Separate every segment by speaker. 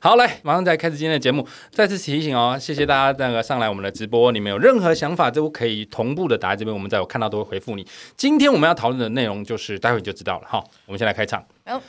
Speaker 1: 好，来，马上再开始今天的节目。再次提醒哦，谢谢大家那个上来我们的直播，你们有任何想法都可以同步的打在这边，我们在我看到都会回复你。今天我们要讨论的内容就是，待会你就知道了哈。 我们先来开场。
Speaker 2: 好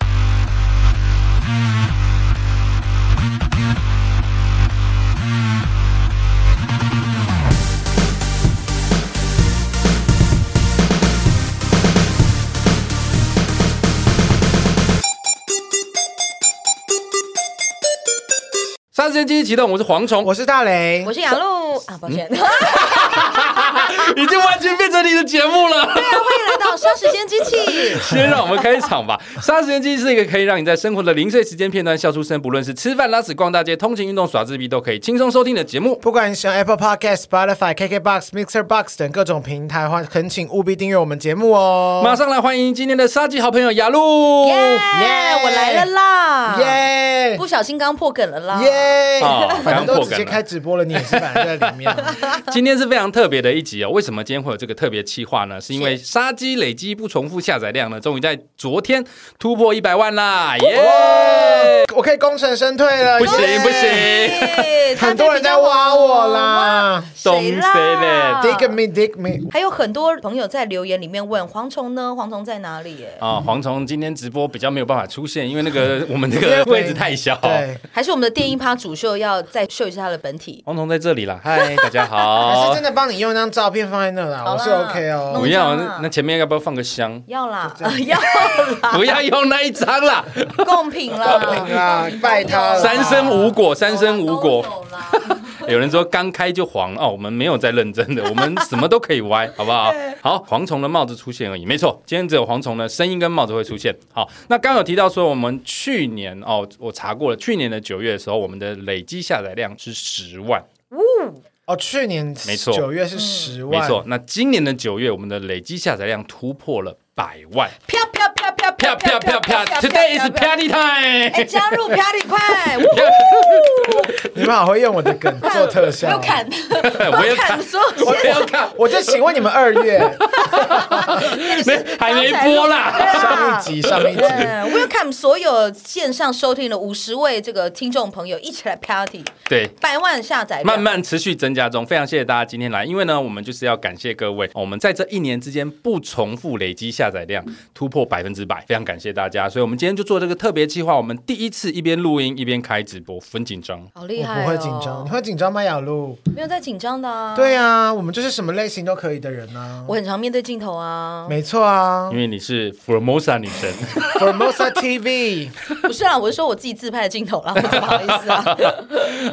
Speaker 1: 杀时间机器启动，我是蝗虫，
Speaker 3: 我是大雷，
Speaker 2: 我是雅鹿啊，抱歉。
Speaker 1: 已经完全变成你的节目了。
Speaker 2: 对啊，欢迎来到杀时间机器。
Speaker 1: 先让我们开场吧。杀时间机是一个可以让你在生活的零碎时间片段笑出声，不论是吃饭、拉屎、逛大街、通勤、运动、耍自闭，都可以轻松收听的节目。
Speaker 3: 不管你使用 Apple Podcast、Spotify、KKBox、Mixer Box 等各种平台的话，恳请务必订阅我们节目哦。
Speaker 1: 马上来欢迎今天的杀鸡好朋友雅露。
Speaker 2: 耶，我来了啦！
Speaker 3: 耶
Speaker 2: 不啊小心刚破梗了啦。
Speaker 3: 耶
Speaker 1: 哦！
Speaker 3: 反
Speaker 1: 刚
Speaker 3: 正都
Speaker 1: 破
Speaker 3: 直
Speaker 1: 梗
Speaker 3: 接
Speaker 1: 了
Speaker 3: 开直播了，你也是摆在里面。啊
Speaker 1: 今天是非常特别的一集哦。为什么今天会有这个特别企划呢？是因为杀鸡累积不重复下载量呢，终于在昨天突破一百万啦！耶、
Speaker 3: 我可以功成身退了，
Speaker 1: 不行
Speaker 3: 耶
Speaker 1: 不行
Speaker 2: 耶
Speaker 3: 很多人在挖我啦。
Speaker 2: 谁啦？
Speaker 3: Dig me, dig me。
Speaker 2: 还有很多朋友在留言里面问蝗虫呢，蝗虫在哪里？耶？
Speaker 1: 啊、蝗虫今天直播比较没有办法出现，因为那个我们那个位置太小。
Speaker 3: 对，
Speaker 2: 还是我们的电音趴主秀要再秀一下他的本体？
Speaker 1: 蝗虫在这里啦，嗨，大家
Speaker 3: 还是
Speaker 1: 好
Speaker 3: 真。的帮你用一张照片放在那啦，
Speaker 2: 好
Speaker 3: 我
Speaker 2: 啦
Speaker 3: 是 OK 哦
Speaker 2: 弄。
Speaker 1: 不要，
Speaker 2: 弄一张啊
Speaker 1: 那前面要不要放个香？
Speaker 2: 要啦，要啦，
Speaker 1: 不要用那一张啦，
Speaker 2: 贡品啦，
Speaker 3: 啊，拜他了。
Speaker 1: 三生无果，三生无果。
Speaker 2: 都有啦。
Speaker 1: 有人说刚开就黄哦，我们没有在认真的，我们什么都可以 歪，好不好？好，蝗虫的帽子出现而已，没错，今天只有蝗虫的声音跟帽子会出现。好，那刚有提到说我们去年哦，我查过了，去年的九月的时候，我们的累积下载量是十万，
Speaker 3: 哦，去年
Speaker 1: 没错
Speaker 3: 九月是十
Speaker 2: 嗯
Speaker 1: 没
Speaker 3: 万，
Speaker 1: 错。那今年的九月，我们的累积下载量突破了百万，
Speaker 2: 啪啪啪啪
Speaker 1: 啪啪啪啪，Today is party
Speaker 2: 哎，
Speaker 1: time。
Speaker 2: 加入啪里快，
Speaker 3: 你们好会用我的 梗做特效。
Speaker 2: 我要看，
Speaker 1: 我要看
Speaker 2: 看，所有
Speaker 1: 我要看，
Speaker 3: 我就请问你们二 月
Speaker 1: 没哎还没播啦。
Speaker 2: 啊
Speaker 3: 上一集上一集，
Speaker 2: 嗯，Welcome 所有线上收听的五十位这个听众朋友，一起来 party，
Speaker 1: 对，
Speaker 2: 百万下载量，
Speaker 1: 慢慢持续增加中，非常谢谢大家今天来，因为呢，我们就是要感谢各位，哦我们在这一年之间不重复累积下载量突破百分之百，非常感谢大家，所以我们今天就做这个特别计划，我们第一次一边录音一边开直播，很紧张。
Speaker 2: 好厉
Speaker 3: 我
Speaker 2: 害、哦，嗯
Speaker 3: 不会紧张，你，会紧张吗，雅露？
Speaker 2: 没有在紧张的啊，
Speaker 3: 对啊，我们就是什么类型都可以的人啊。
Speaker 2: 我很常面对镜头啊，
Speaker 3: 没错啊
Speaker 1: 因为你是 Formosa 女神，
Speaker 3: ，Formosa TV，
Speaker 2: 不是啦，啊我是说我自己自拍的 镜头啦，不好意思啊，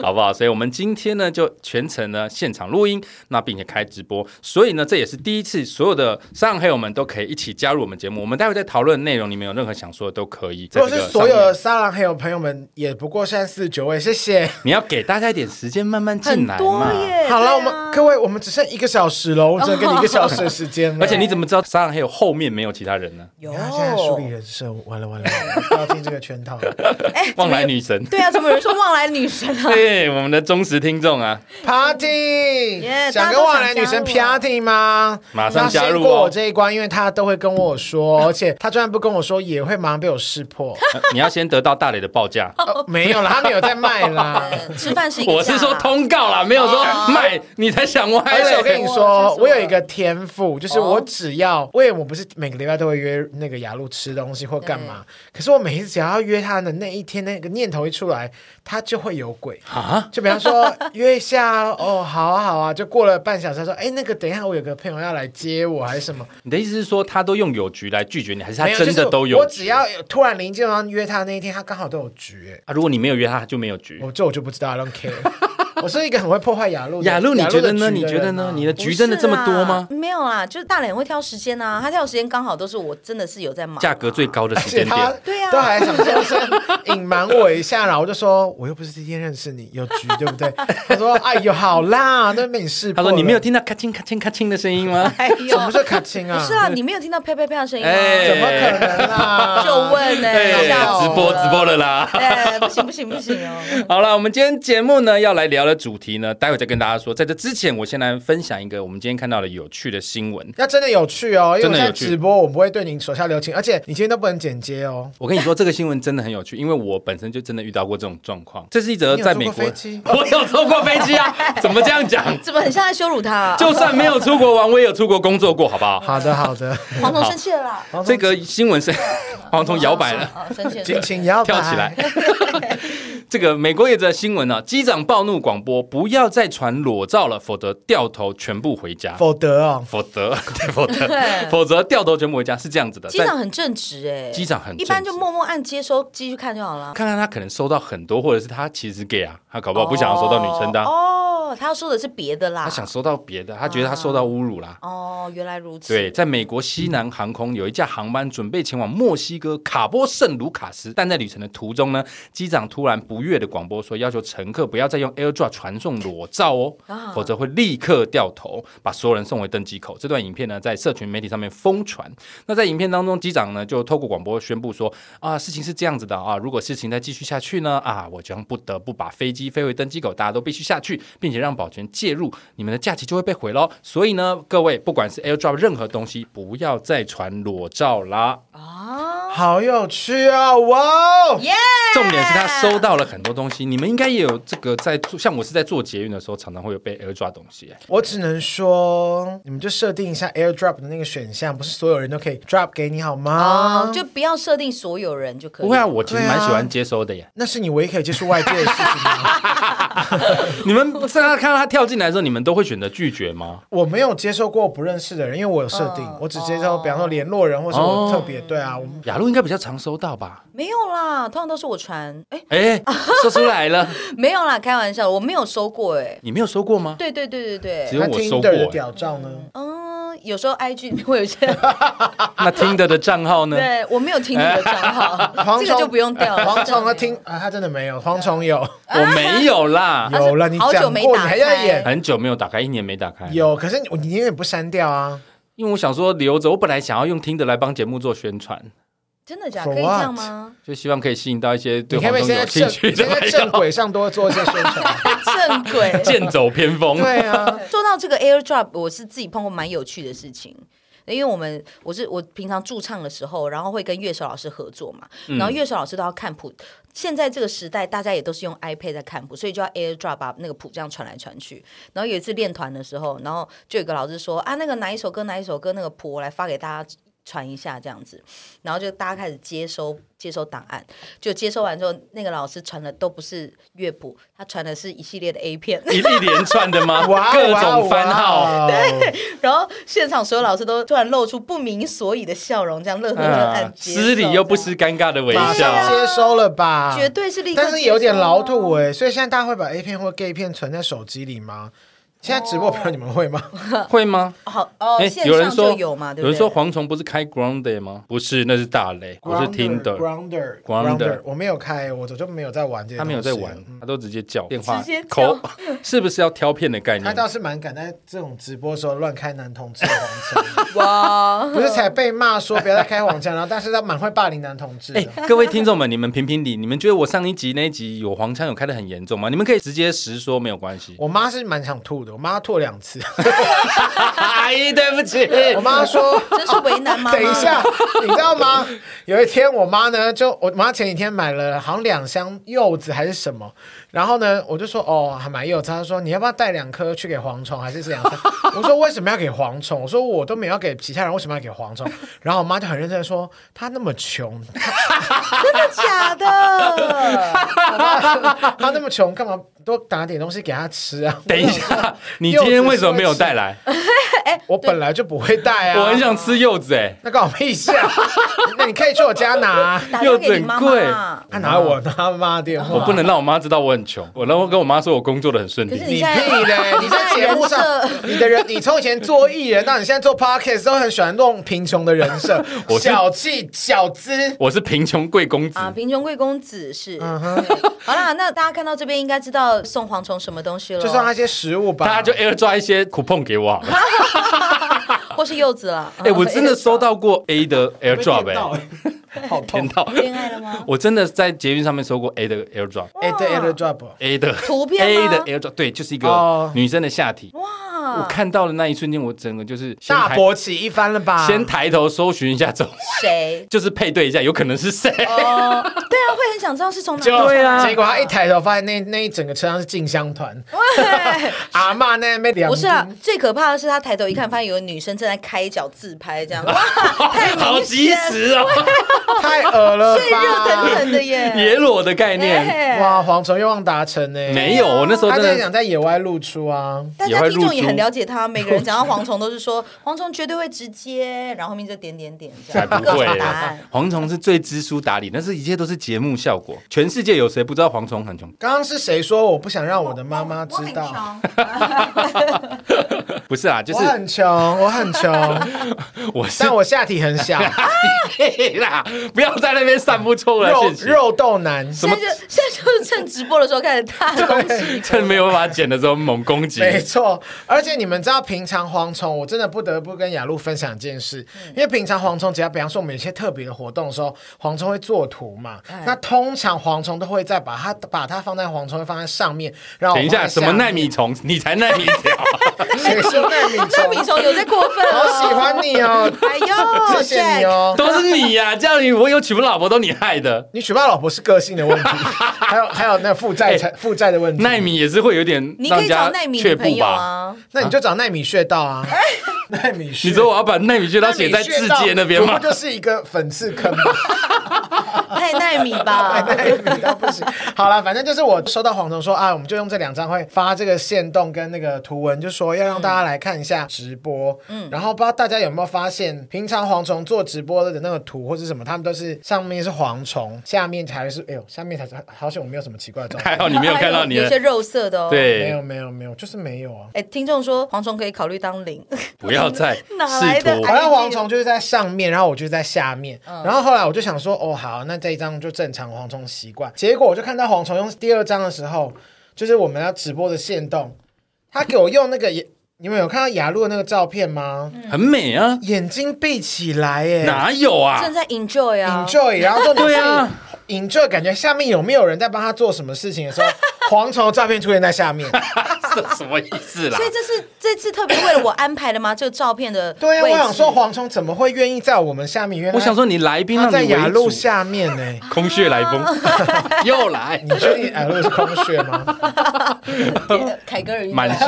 Speaker 1: 好不好？所以我们今天呢就全程呢现场录音，那并且开直播，所以呢这也是第一次，所有的上黑友们都可以一起加入我们节目。我们待会在讨论内容，你们有任何想说的都可以。在
Speaker 3: 如果
Speaker 1: 这个
Speaker 3: 是所有
Speaker 1: 上面
Speaker 3: 的沙朗还有朋友们，也不过现在四十九位，谢谢。
Speaker 1: 你要给大家一点时间慢慢进
Speaker 2: 很
Speaker 1: 来
Speaker 2: 多
Speaker 1: 嘛。
Speaker 2: 耶，
Speaker 3: 好
Speaker 2: 对
Speaker 3: 了，
Speaker 2: 啊
Speaker 3: 我们各位，我们只剩一个小时了，我只能给你一个小时的时 间了。
Speaker 1: 而且你怎么知道沙朗还有后面没有其他人呢？
Speaker 2: 有
Speaker 3: 你看现在梳理人生，完了完了，完了不要进这个圈套。
Speaker 2: 哎，怎
Speaker 1: 望
Speaker 2: 么
Speaker 1: 来
Speaker 2: 有
Speaker 1: 女神，
Speaker 2: 对啊，怎么有人说望来女神啊？
Speaker 1: 对我们的忠实听众啊，
Speaker 3: Party，、
Speaker 2: Yeah，
Speaker 3: 想
Speaker 2: 大家
Speaker 3: 跟
Speaker 2: 都
Speaker 3: 旺
Speaker 2: 想
Speaker 3: 男女神
Speaker 2: 加入啊
Speaker 3: Party 吗？
Speaker 1: 马上
Speaker 3: 那
Speaker 1: 加入
Speaker 3: 先
Speaker 1: 哦
Speaker 3: 过我这一关，因为他都会跟我 说，而且他就算不跟我说，也会马上被我识破。
Speaker 1: 呃你要先得到大磊的报价。
Speaker 3: 呃没有啦，他没有在 卖啦。
Speaker 1: 哦
Speaker 2: 嗯吃饭是啊一个
Speaker 1: 我是
Speaker 2: 价
Speaker 1: 说通告啦，没有说
Speaker 2: 哦
Speaker 1: 卖，你才想歪
Speaker 3: 而且我跟
Speaker 1: 嘞。
Speaker 3: 你
Speaker 2: 哇
Speaker 3: 说，
Speaker 2: 这是
Speaker 3: 我有一个天赋，就是
Speaker 2: 哦
Speaker 3: 我只要，因为我不是每个礼拜都会约那个雅露吃东西或干嘛，可是我每次只要约他的那一天，那个念头一出来，他就会有鬼。
Speaker 1: 啊，
Speaker 3: 就比方说 约一下哦，好啊好啊，就过了半小时，他说哎，那个等一下，我有个朋友要来接我还是什么，
Speaker 1: 你的意思是说他都用邮局来拒绝你，还是他
Speaker 3: 没有
Speaker 1: 真的都有
Speaker 3: 就是我
Speaker 1: 局？
Speaker 3: 我只要有突然临近方约他那一天，他刚好都有局、哎
Speaker 1: 啊，如果你没有约他，他就没有局。
Speaker 3: 我这我就不知道，I don't care。我是一个很会破坏雅露的
Speaker 1: 雅露，你觉得呢？
Speaker 3: 的
Speaker 1: 你
Speaker 3: 局的
Speaker 1: 觉得
Speaker 3: 人啊
Speaker 1: 呢？你的
Speaker 2: 不
Speaker 1: 局真的
Speaker 2: 是
Speaker 1: 这么
Speaker 2: 啦
Speaker 1: 多吗？
Speaker 2: 没有啦，就是大脸会挑时间啊，他挑的时间刚好都是我真的是有在忙啊，
Speaker 1: 价格最高的
Speaker 3: 而
Speaker 1: 时
Speaker 3: 且
Speaker 1: 间
Speaker 3: 他
Speaker 1: 点，
Speaker 2: 对啊
Speaker 3: 都还想说是隐瞒我一下，然后我就说我又不是第一天认识你，有局对 不对？他说哎呦好啦，都被你识
Speaker 1: 他
Speaker 3: 破了。
Speaker 1: 说你没有听到咔嚓咔嚓咔嚓的声音吗？
Speaker 2: 哎呦，
Speaker 3: 什么是卡青
Speaker 2: 不
Speaker 3: 啊？
Speaker 2: 是啊，你没有听到啪啪啪的声音吗？
Speaker 1: 哎
Speaker 3: 怎么可能啊啦？
Speaker 2: 就问呢、
Speaker 1: 哎，
Speaker 2: 吓我
Speaker 1: 直播
Speaker 2: 了
Speaker 1: 直播了啦。
Speaker 2: 哎，不行不行不行哦！
Speaker 1: 好了，我们今天节目呢要来聊聊的主题呢，待会再跟大家说。在这之前，我先来分享一个我们今天看到的有趣的新闻。
Speaker 3: 要真的有趣哦，因为
Speaker 1: 真
Speaker 3: 我
Speaker 1: 的
Speaker 3: 在
Speaker 1: 有趣
Speaker 3: 直播，我不会对您手下留情，而且你今天都不能剪接哦。
Speaker 1: 我跟你说，这个新闻真的很有趣，因为我本身就真的遇到过这种状况。这是一则
Speaker 3: 你
Speaker 1: 呃
Speaker 3: 有
Speaker 1: 在
Speaker 3: 坐
Speaker 1: 美
Speaker 3: 过
Speaker 1: 国
Speaker 3: 飞，机
Speaker 1: 我有坐过飞机 啊，怎么这样讲？
Speaker 2: 怎么很像在羞辱他、啊？
Speaker 1: 就算没有出国玩，我也有出国工作过，好不好？
Speaker 3: 好的，好的，
Speaker 2: 黄总生气了啦，
Speaker 3: 黄
Speaker 1: 这
Speaker 3: 总
Speaker 1: 个新闻是 黄总摇摆了。
Speaker 2: 啊，生气
Speaker 3: 尽
Speaker 2: 了。
Speaker 3: 情摇摆
Speaker 1: 跳起来。 这个美国有则新闻呢、啊，机长暴怒广播：不要再传裸照了，否则掉头全部回家。
Speaker 3: 否则 哦，
Speaker 1: 否则，对否则， 否则掉头全部回家是这样子的。
Speaker 2: 机长很正直哎、
Speaker 1: 机长很
Speaker 2: 一般
Speaker 1: 正
Speaker 2: 就
Speaker 1: 直
Speaker 2: 默默按接收机去看就好了。
Speaker 1: 看看他可能收到很多，或者是他其实 gay 啊，他搞不好不想要收到女生的啊、
Speaker 2: 哦，哦他说的是别的啦。
Speaker 1: 他想收到别的，他觉得他受到侮辱啦。
Speaker 2: 哦，原来如此。
Speaker 1: 对，，在美国西南航空有一架航班准备前往墨西哥卡波圣卢卡斯，但在旅程的途中呢，机长突然不悦的广播说，要求乘客不要再用 AirDrop 传送裸照哦，
Speaker 2: 啊
Speaker 1: 否则会立刻掉头，把所有人送回登机口。这段影片呢，在社群媒体上面疯传。那在影片当中，机长呢就透过广播宣布说，啊，事情是这样子的啊，如果事情再继续下去呢，啊，我将不得不把飞机飞回登机口，大家都必须下去，并且让保全介入，你们的假期就会被毁喽。所以呢，各位不管是 AirDrop 任何东西，不要再传裸照啦。
Speaker 2: 啊，
Speaker 3: 好有趣哦，哇哦！
Speaker 2: 耶、
Speaker 1: 重点是他收到了很多东西，你们应该也有这个在做，像我是在做捷运的时候，常常会有被 AirDrop 东西、
Speaker 3: 我只能说，你们就设定一下 AirDrop 的那个选项，不是所有人都可以 drop 给你好吗？
Speaker 2: 哦，就不要设定所有人就可以。
Speaker 1: 不会啊，我其实蛮喜
Speaker 3: 对啊
Speaker 1: 欢接收的耶。
Speaker 3: 那是你唯一可以接触外界的事情 吗。
Speaker 1: 你们在他看到他跳进来的时候，你们都会选择拒绝吗？
Speaker 3: 我没有接受过不认识的人，因为我有设定，
Speaker 2: 嗯
Speaker 3: 我只接受，比方说联络人，或是我
Speaker 1: 哦
Speaker 3: 特别、对啊，我
Speaker 1: 雅露应该比较常收到吧？
Speaker 2: 没有啦，通常都是我传。哎、
Speaker 1: 哎、说出来了，
Speaker 2: 没有啦，开玩笑，我没有收过哎、
Speaker 1: 你没有收过 吗？
Speaker 2: 对对对对
Speaker 1: 只
Speaker 2: 对，
Speaker 1: 有
Speaker 3: 那
Speaker 1: 我收
Speaker 3: Tinder
Speaker 1: 过
Speaker 3: 的
Speaker 1: 欸
Speaker 3: 屌照呢？
Speaker 2: 嗯，有时候 IG 会有 一些，
Speaker 1: 那听的的账号呢？
Speaker 2: 对我没有听你的账 号，
Speaker 3: 蝗
Speaker 2: 这个
Speaker 3: 虫
Speaker 2: 就不用掉了。
Speaker 3: 蝗虫
Speaker 2: 的
Speaker 3: 他听啊，他真的没有，蝗 虫有
Speaker 1: 我没有 啦，
Speaker 2: 啊
Speaker 3: 有了，你
Speaker 2: 好久
Speaker 3: 讲过，
Speaker 2: 没
Speaker 3: 你
Speaker 2: 打
Speaker 3: 还在
Speaker 2: 开
Speaker 3: 演
Speaker 1: 很久没有打开，一年没打开。，
Speaker 3: 有，可是你你永远不删掉啊。
Speaker 1: 因为我想说留着，我本来想要用听的来帮节目做宣传，
Speaker 2: 真的假的？
Speaker 3: For
Speaker 2: 可以这样
Speaker 3: what？
Speaker 2: 吗？
Speaker 1: 就希望可以吸引到一些对
Speaker 3: 你可
Speaker 1: 黄
Speaker 3: 不可以
Speaker 1: 忠
Speaker 3: 现在
Speaker 1: 有兴
Speaker 3: 正
Speaker 1: 趣
Speaker 3: 现
Speaker 1: 的
Speaker 3: 在
Speaker 1: 朋
Speaker 3: 正
Speaker 1: 友。
Speaker 3: 轨上多做一些宣传？
Speaker 2: 正轨
Speaker 1: 剑走偏锋，
Speaker 3: 对 啊，
Speaker 2: 说到这个 AirDrop，我是自己碰过蛮有趣的事情。因为我们我是我平常驻唱的时候，然后会跟乐手老师合作嘛，然后乐手老师都要看谱。现在这个时代，大家也都是用 iPad 在看谱，所以就要 AirDrop 把那个谱这样传来传去。然后有一次练团的时候，然后就有一个老师说啊，那个哪一首歌哪一首歌那个谱，我来发给大家传一下这样子。然后就大家开始接收接收档案，就接收完之后，那个老师传的都不是乐谱，他传的是一系列的 A 片。
Speaker 1: 一一连串的吗？
Speaker 3: 哇，哦
Speaker 1: 各种番号，
Speaker 3: 哇，哦对，
Speaker 2: 然后现场所有老师都突然露出不明所以的笑容，这样乐呵呵
Speaker 1: 啊
Speaker 2: 按，接受
Speaker 1: 失礼又不，失尴尬的微
Speaker 3: 马
Speaker 1: 笑
Speaker 3: 上。接收了吧？
Speaker 2: 绝对是立刻接受啊。
Speaker 3: 但是有点老土哎、所以现在大家会把 A 片或 Gay 片存在手机里吗？现在直播朋友你们会吗？
Speaker 1: 会吗？
Speaker 2: 好哦，
Speaker 1: 哎
Speaker 2: 线
Speaker 1: 有人
Speaker 2: 上
Speaker 1: 说
Speaker 2: 就有嘛，对
Speaker 1: 有
Speaker 2: 不
Speaker 1: 人说
Speaker 2: 对？
Speaker 1: 蝗虫不是开 Ground Day 吗？不是，那是大雷， 我是听的。
Speaker 3: Grounder
Speaker 1: Grounder
Speaker 3: Grounder，我没有开，我早就没有在玩这些。啊
Speaker 1: 他没有在玩，，
Speaker 3: 嗯
Speaker 1: 他都直接叫电话
Speaker 2: 直接叫
Speaker 1: 口， 是不是要挑片的概
Speaker 3: 他
Speaker 1: 念？
Speaker 3: 倒是蛮敢在这种直播的时候乱开男同志的 黄腔，
Speaker 2: 哇，
Speaker 3: 不是才被骂说不要再开黄腔，然后但是他蛮会霸凌男同志的。
Speaker 1: 哎、各位听众们，你们评评理，你们觉得我上一集那一集有黄腔有开的很严重吗？你们可以直接实说，没有关 系。
Speaker 3: 我妈是蛮想吐的，我妈吐了两次。
Speaker 1: 阿
Speaker 3: 哎
Speaker 1: 姨，对不起，
Speaker 3: 我妈说
Speaker 2: 真是为难妈妈。
Speaker 3: 等一下，你知道吗？有一天我妈呢，就我妈前几天买了好像两箱柚子还是什么，然后呢，我就说哦，还买柚子，她说你要不要带两颗去给蝗虫，还是这两 颗？我说为什么要给蝗虫？我说我都没有要给其他人，为什么要给蝗虫？然后我妈就很认真地说，她那么穷，
Speaker 2: 真的 假的？
Speaker 3: 她那么穷，干嘛多打点东西给她吃啊？
Speaker 1: 等一 下，你今天为什么没有带来？
Speaker 3: 我本来就不会带啊，
Speaker 1: 我很想吃柚子、哎，
Speaker 3: 那关我屁事啊！那你可以去我家拿、啊，
Speaker 2: 打电话给你妈
Speaker 1: 又很
Speaker 2: 妈。
Speaker 3: 她拿我他妈电话，
Speaker 1: 啊我不。能让我妈知道我很穷，我然后跟我妈说我工作的很顺
Speaker 2: 可
Speaker 1: 利
Speaker 2: 是。
Speaker 3: 你
Speaker 2: 你
Speaker 3: 屁
Speaker 2: 现在
Speaker 3: 嘞！ 你在节目上
Speaker 2: 人设，
Speaker 3: 你的人，你从以前做艺人到你现在做 podcast，都很喜欢弄贫穷的人设，
Speaker 1: 我是
Speaker 3: 小气小资。
Speaker 1: 我是贫穷贵公子，
Speaker 2: 啊，贫穷贵公子是。
Speaker 3: 嗯
Speaker 2: 对好啦，那大家看到这边应该知道送蝗虫什么东西了，
Speaker 3: 就送他一些食物吧，
Speaker 1: 大家就 air 抓一些 coupon 给我好 了。
Speaker 2: 或是柚子了。嗯
Speaker 1: 哎、我真的收到过 A 的
Speaker 3: 被电
Speaker 1: airdrop 哎、
Speaker 3: 到欸好
Speaker 1: 天
Speaker 3: 痛。
Speaker 1: 道。
Speaker 2: 恋爱了吗？
Speaker 1: 我真的在捷运上面搜过 A 的 AirDrop。
Speaker 3: 哎，对，AirDrop，
Speaker 1: A 的
Speaker 2: 图片
Speaker 1: A
Speaker 2: 吗
Speaker 1: 的 AirDrop，对，就是一个
Speaker 3: 哦
Speaker 1: 女生的下体。
Speaker 2: 哇，
Speaker 1: 我看到的那一瞬间，我整个就是先
Speaker 3: 大
Speaker 1: 抬
Speaker 3: 勃起一番了吧？
Speaker 1: 先抬头搜寻一下，走，
Speaker 2: 谁？
Speaker 1: 就是配对一下，有可能是谁。
Speaker 2: 哦，对啊，会很想知道是从哪里
Speaker 3: 就
Speaker 1: 对啊
Speaker 3: 结果他一抬头发现那那一整个车厢是进香团，
Speaker 2: 喂
Speaker 3: 阿嬷那边两
Speaker 2: 不是啊，最可怕的是他抬头一看，发现有个女生正在开脚自拍， 这样哇，太明显
Speaker 1: 好及，时哦，
Speaker 3: 太 恶了
Speaker 2: 最热腾
Speaker 3: 吧？
Speaker 2: 腾的耶，哎
Speaker 1: 野裸的概念
Speaker 2: 耶
Speaker 3: 哇，蝗虫愿望达成呢、
Speaker 1: 欸没有。我那时候
Speaker 3: 他
Speaker 1: 真
Speaker 3: 真的
Speaker 1: 的
Speaker 3: 想在野外露出啊，
Speaker 2: 大
Speaker 1: 也
Speaker 2: 家
Speaker 1: 会
Speaker 2: 听众也
Speaker 1: 入
Speaker 2: 很
Speaker 1: 猪
Speaker 2: 了解他，每个人讲到蝗虫都是说蝗虫绝对会直接，然后后面就点点点这
Speaker 1: 才
Speaker 2: 样，
Speaker 1: 不
Speaker 2: 各
Speaker 1: 会啊
Speaker 2: 种答案。。
Speaker 1: 蝗虫是最知书达理，但是一切都是节目效果。全世界有谁不知道蝗虫很穷？
Speaker 3: 刚刚是谁说我不想让我的妈妈知道？
Speaker 4: 道。
Speaker 1: 不是啊，
Speaker 3: 我
Speaker 1: 就是
Speaker 3: 很穷，我很穷，
Speaker 1: 我是
Speaker 3: 但我下体很小，
Speaker 1: 嘿啦，不要在那边散布错误的
Speaker 3: 肉
Speaker 1: 信息。
Speaker 3: 肉豆男，
Speaker 1: 什
Speaker 2: 现
Speaker 1: 么
Speaker 2: 在就现在就是趁直播的时候开始大攻 击，
Speaker 1: 趁没有办法剪的时候猛攻击，
Speaker 3: 没错。而且你们知道，平常蝗虫，我真的不得不跟雅露分享一件事，
Speaker 1: 嗯
Speaker 3: 因为平常蝗虫只要比方说我们有一些特别的活动的时候，蝗虫会做图嘛，
Speaker 1: 哎
Speaker 3: 那通常蝗虫都会在把它把它放在蝗虫会放在上面，然后我
Speaker 1: 等一下，
Speaker 3: 放在
Speaker 1: 什么
Speaker 3: 面
Speaker 1: 纳米虫？你才纳米条，
Speaker 3: 谁说 纳米
Speaker 2: 那米
Speaker 3: 虫？
Speaker 2: 虫有在过分
Speaker 3: 好
Speaker 2: 哦，
Speaker 3: 喜欢你哦，
Speaker 2: 哎呦，
Speaker 3: 谢谢你 哦。
Speaker 1: 都是你 呀、这样你我有娶不老婆都你害的。
Speaker 3: 你娶不到老婆是个性的问题，还有还有那负债
Speaker 1: 哎
Speaker 3: 财负债的问题。
Speaker 1: 奈，米也是会有点
Speaker 2: Jack，你
Speaker 1: 让
Speaker 2: 可以
Speaker 1: 人
Speaker 2: 找
Speaker 1: 家
Speaker 2: 奈米
Speaker 1: 却
Speaker 2: 女
Speaker 1: 步
Speaker 2: 朋友
Speaker 1: 吧。
Speaker 2: 啊，
Speaker 3: 那你就找奈米穴道啊， 奈米穴。
Speaker 1: 你说我要把奈米穴
Speaker 3: 道
Speaker 1: 道写在字界那边吗
Speaker 3: 不？就是一个粉刺坑吗？
Speaker 2: 太 哎奈米 吧，
Speaker 3: 奈米到不行。好了，反正就是我收到黄总说啊，我们就用这两张会发这个线动跟那个图文，就说要让大家来看一下直播。嗯，然后不知道大家有没有发现，平常蝗虫做直播的那个图或是什么，他们都是上面是蝗虫，下面才是哎呦，下面才是好像我没有什么奇怪的状 态。
Speaker 1: 还好你没有看到你
Speaker 2: 哎有
Speaker 1: 的，
Speaker 2: 些肉色的哦。，
Speaker 3: 没
Speaker 1: 对
Speaker 3: 有，没有没有，就是没有啊。
Speaker 2: 哎，听众说蝗虫可以考虑当零，
Speaker 1: 不要再
Speaker 2: 哪来
Speaker 1: 试
Speaker 2: 的
Speaker 1: 图啊
Speaker 3: 好
Speaker 2: 哎
Speaker 3: 像蝗虫就是在上面，然后我就在下面，然后后来我就想说，哦，好，那这一张就正常蝗虫习惯。结果我就看到蝗虫用第二张的时候，就是我们要直播的线动，他给我用那个眼，你们有看到雅露的那个照片吗？
Speaker 1: 很美啊，
Speaker 3: 眼睛闭起来耶
Speaker 1: 哪有啊
Speaker 2: 正？在 enjoy 啊
Speaker 3: ，enjoy，然后重点
Speaker 1: 对
Speaker 3: 是
Speaker 1: 啊
Speaker 3: enjoy，感觉下面有没有人在帮他做什么事情的时候，蝗虫的照片出现在 下面。
Speaker 1: 这什么意思啦
Speaker 2: 所？以这是这次特别为了我安排的吗？这个照片的
Speaker 3: 对啊，我
Speaker 2: 位置
Speaker 3: 想说蝗虫怎么会愿意在我们下面？原来
Speaker 1: 我想说你来宾
Speaker 3: 他
Speaker 1: 让
Speaker 3: 在
Speaker 1: 你
Speaker 3: 雅
Speaker 1: 为
Speaker 3: 露
Speaker 1: 主，
Speaker 3: 下面呢、
Speaker 1: 空穴来 风又来，
Speaker 3: 你确定 L 是空穴吗？
Speaker 2: 呃 凯格尔运动
Speaker 1: 满穴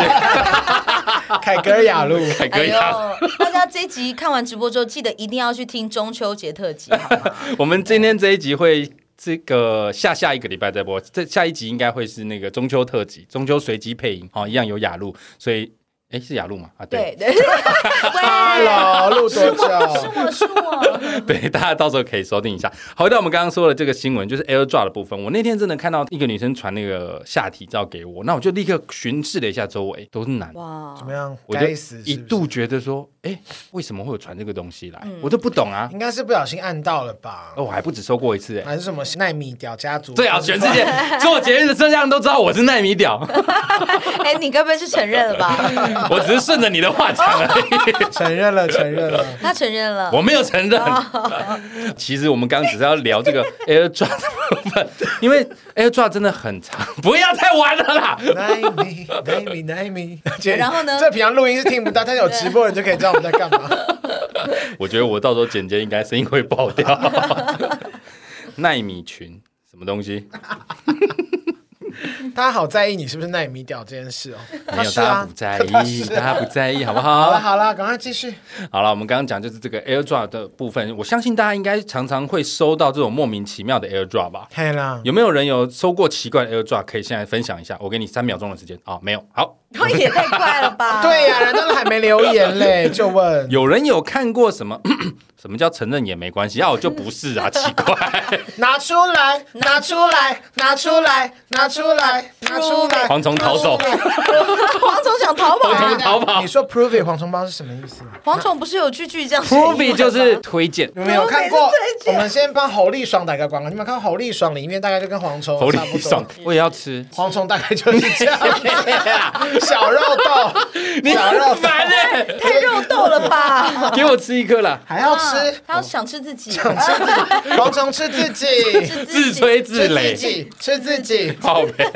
Speaker 3: 凯格尔雅 路，
Speaker 1: 还可
Speaker 2: 哎
Speaker 1: 以
Speaker 2: 呦
Speaker 1: 啊。，
Speaker 2: 大家这一集看完直播之后，记得一定要去听中秋节特辑，啊好吗？
Speaker 1: 我们今天这一集会这个下下一个礼拜再播，这下一集应该会是那个中秋特辑，中秋随机配音，哦，一样有雅露，所以哎是雅露嘛？啊，
Speaker 2: 对对，喂，
Speaker 3: Hello，录多 久？
Speaker 2: 是我是我，
Speaker 1: 对，大家到时候可以收听一下。好，回到我们刚刚说的这个新闻，就是 AirDrop 的部分。我那天真的看到一个女生传那个下体照给我，那我就立刻巡视了一下周围，都是男的。
Speaker 2: 哇
Speaker 3: 怎，么样？
Speaker 1: 我就
Speaker 3: 该死！
Speaker 1: 一
Speaker 3: 是不
Speaker 1: 度
Speaker 3: 是
Speaker 1: 觉得说，哎、为什么会有传这个东西来？我都不懂 啊。
Speaker 3: 应该是不小心按到了吧？
Speaker 1: 哦，我还不止收过一次哎、
Speaker 3: 还是什么奈米屌家族？
Speaker 1: 最好全世 界做节目的摄像都知道我是奈米屌，
Speaker 2: 哎，你该不会是承认了吧？
Speaker 1: 我只是顺着你的话讲而已。
Speaker 3: 承 认了，承认了。
Speaker 2: 他承认了，
Speaker 1: 我没有承认。其实我们刚刚只是要聊这个 AirDrop 的部分，因为 AirDrop 真的很长， 不要再玩了啦。
Speaker 3: 奈米，奈米，奈米。
Speaker 2: 然后呢
Speaker 3: 这平常录音是听不到，但是有直播人就可以知道我们在干嘛。
Speaker 1: 我觉得我到时候剪接应该声音会爆掉。奈米群什么东西？
Speaker 3: 大家好在意你是不是奈米屌这件事哦。
Speaker 1: 没有，
Speaker 3: 是
Speaker 1: 大家
Speaker 3: 啊
Speaker 1: 不在
Speaker 3: 他
Speaker 1: 意，
Speaker 3: 是
Speaker 1: 大家不在意，好不
Speaker 3: 好了
Speaker 1: 好？
Speaker 3: 好了，赶快继续。
Speaker 1: 好了，我们刚刚讲就是这个 AirDrop 的部分，我相信大家应该常常会收到这种莫名其妙的 AirDrop 吧。
Speaker 3: 嘿啦，
Speaker 1: 有没有人有收过奇怪的 AirDrop？可以现在分享一下，我给你三秒钟的时间啊、没有，好，
Speaker 2: 然后也太快了吧？
Speaker 3: 对呀，人家都还没留言 嘞，就问。
Speaker 1: 有人有看过什么？ 什么叫承认也没关系？啊，我就不是 啊，奇怪。
Speaker 3: 拿出来，拿出来，拿出来，拿出来，拿出来。
Speaker 1: 蝗虫逃走，
Speaker 2: 蝗虫想讲淘宝
Speaker 1: 蝗虫
Speaker 2: 啊，
Speaker 1: 淘宝
Speaker 3: 你说 Prove It 蝗虫包是什么意思？
Speaker 2: 蝗虫不是有句句这样写
Speaker 1: Prove it 就是推荐。
Speaker 3: 你们有看
Speaker 2: 我
Speaker 3: 过
Speaker 2: 每次？
Speaker 3: 我
Speaker 2: 推荐
Speaker 3: 们先帮侯丽爽打个广告，你们有看过侯丽爽里面大概就跟蝗虫
Speaker 1: 头里
Speaker 3: 差不多
Speaker 1: 爽， 我也要 吃。
Speaker 3: 蝗虫大概就是这 样，小肉豆，
Speaker 1: 你
Speaker 3: 小肉
Speaker 1: 很
Speaker 3: 豆
Speaker 1: 烦哎，
Speaker 2: 太肉豆了吧？
Speaker 1: 给我吃一颗啦，
Speaker 3: 还要吃，
Speaker 2: 啊他要想吃自己，
Speaker 3: 蝗虫吃自己，
Speaker 2: 吃
Speaker 1: 自
Speaker 2: 自
Speaker 1: 吹
Speaker 2: 己，
Speaker 1: 自
Speaker 3: 自
Speaker 1: 擂。
Speaker 3: 己，吃自己，
Speaker 1: 好呗，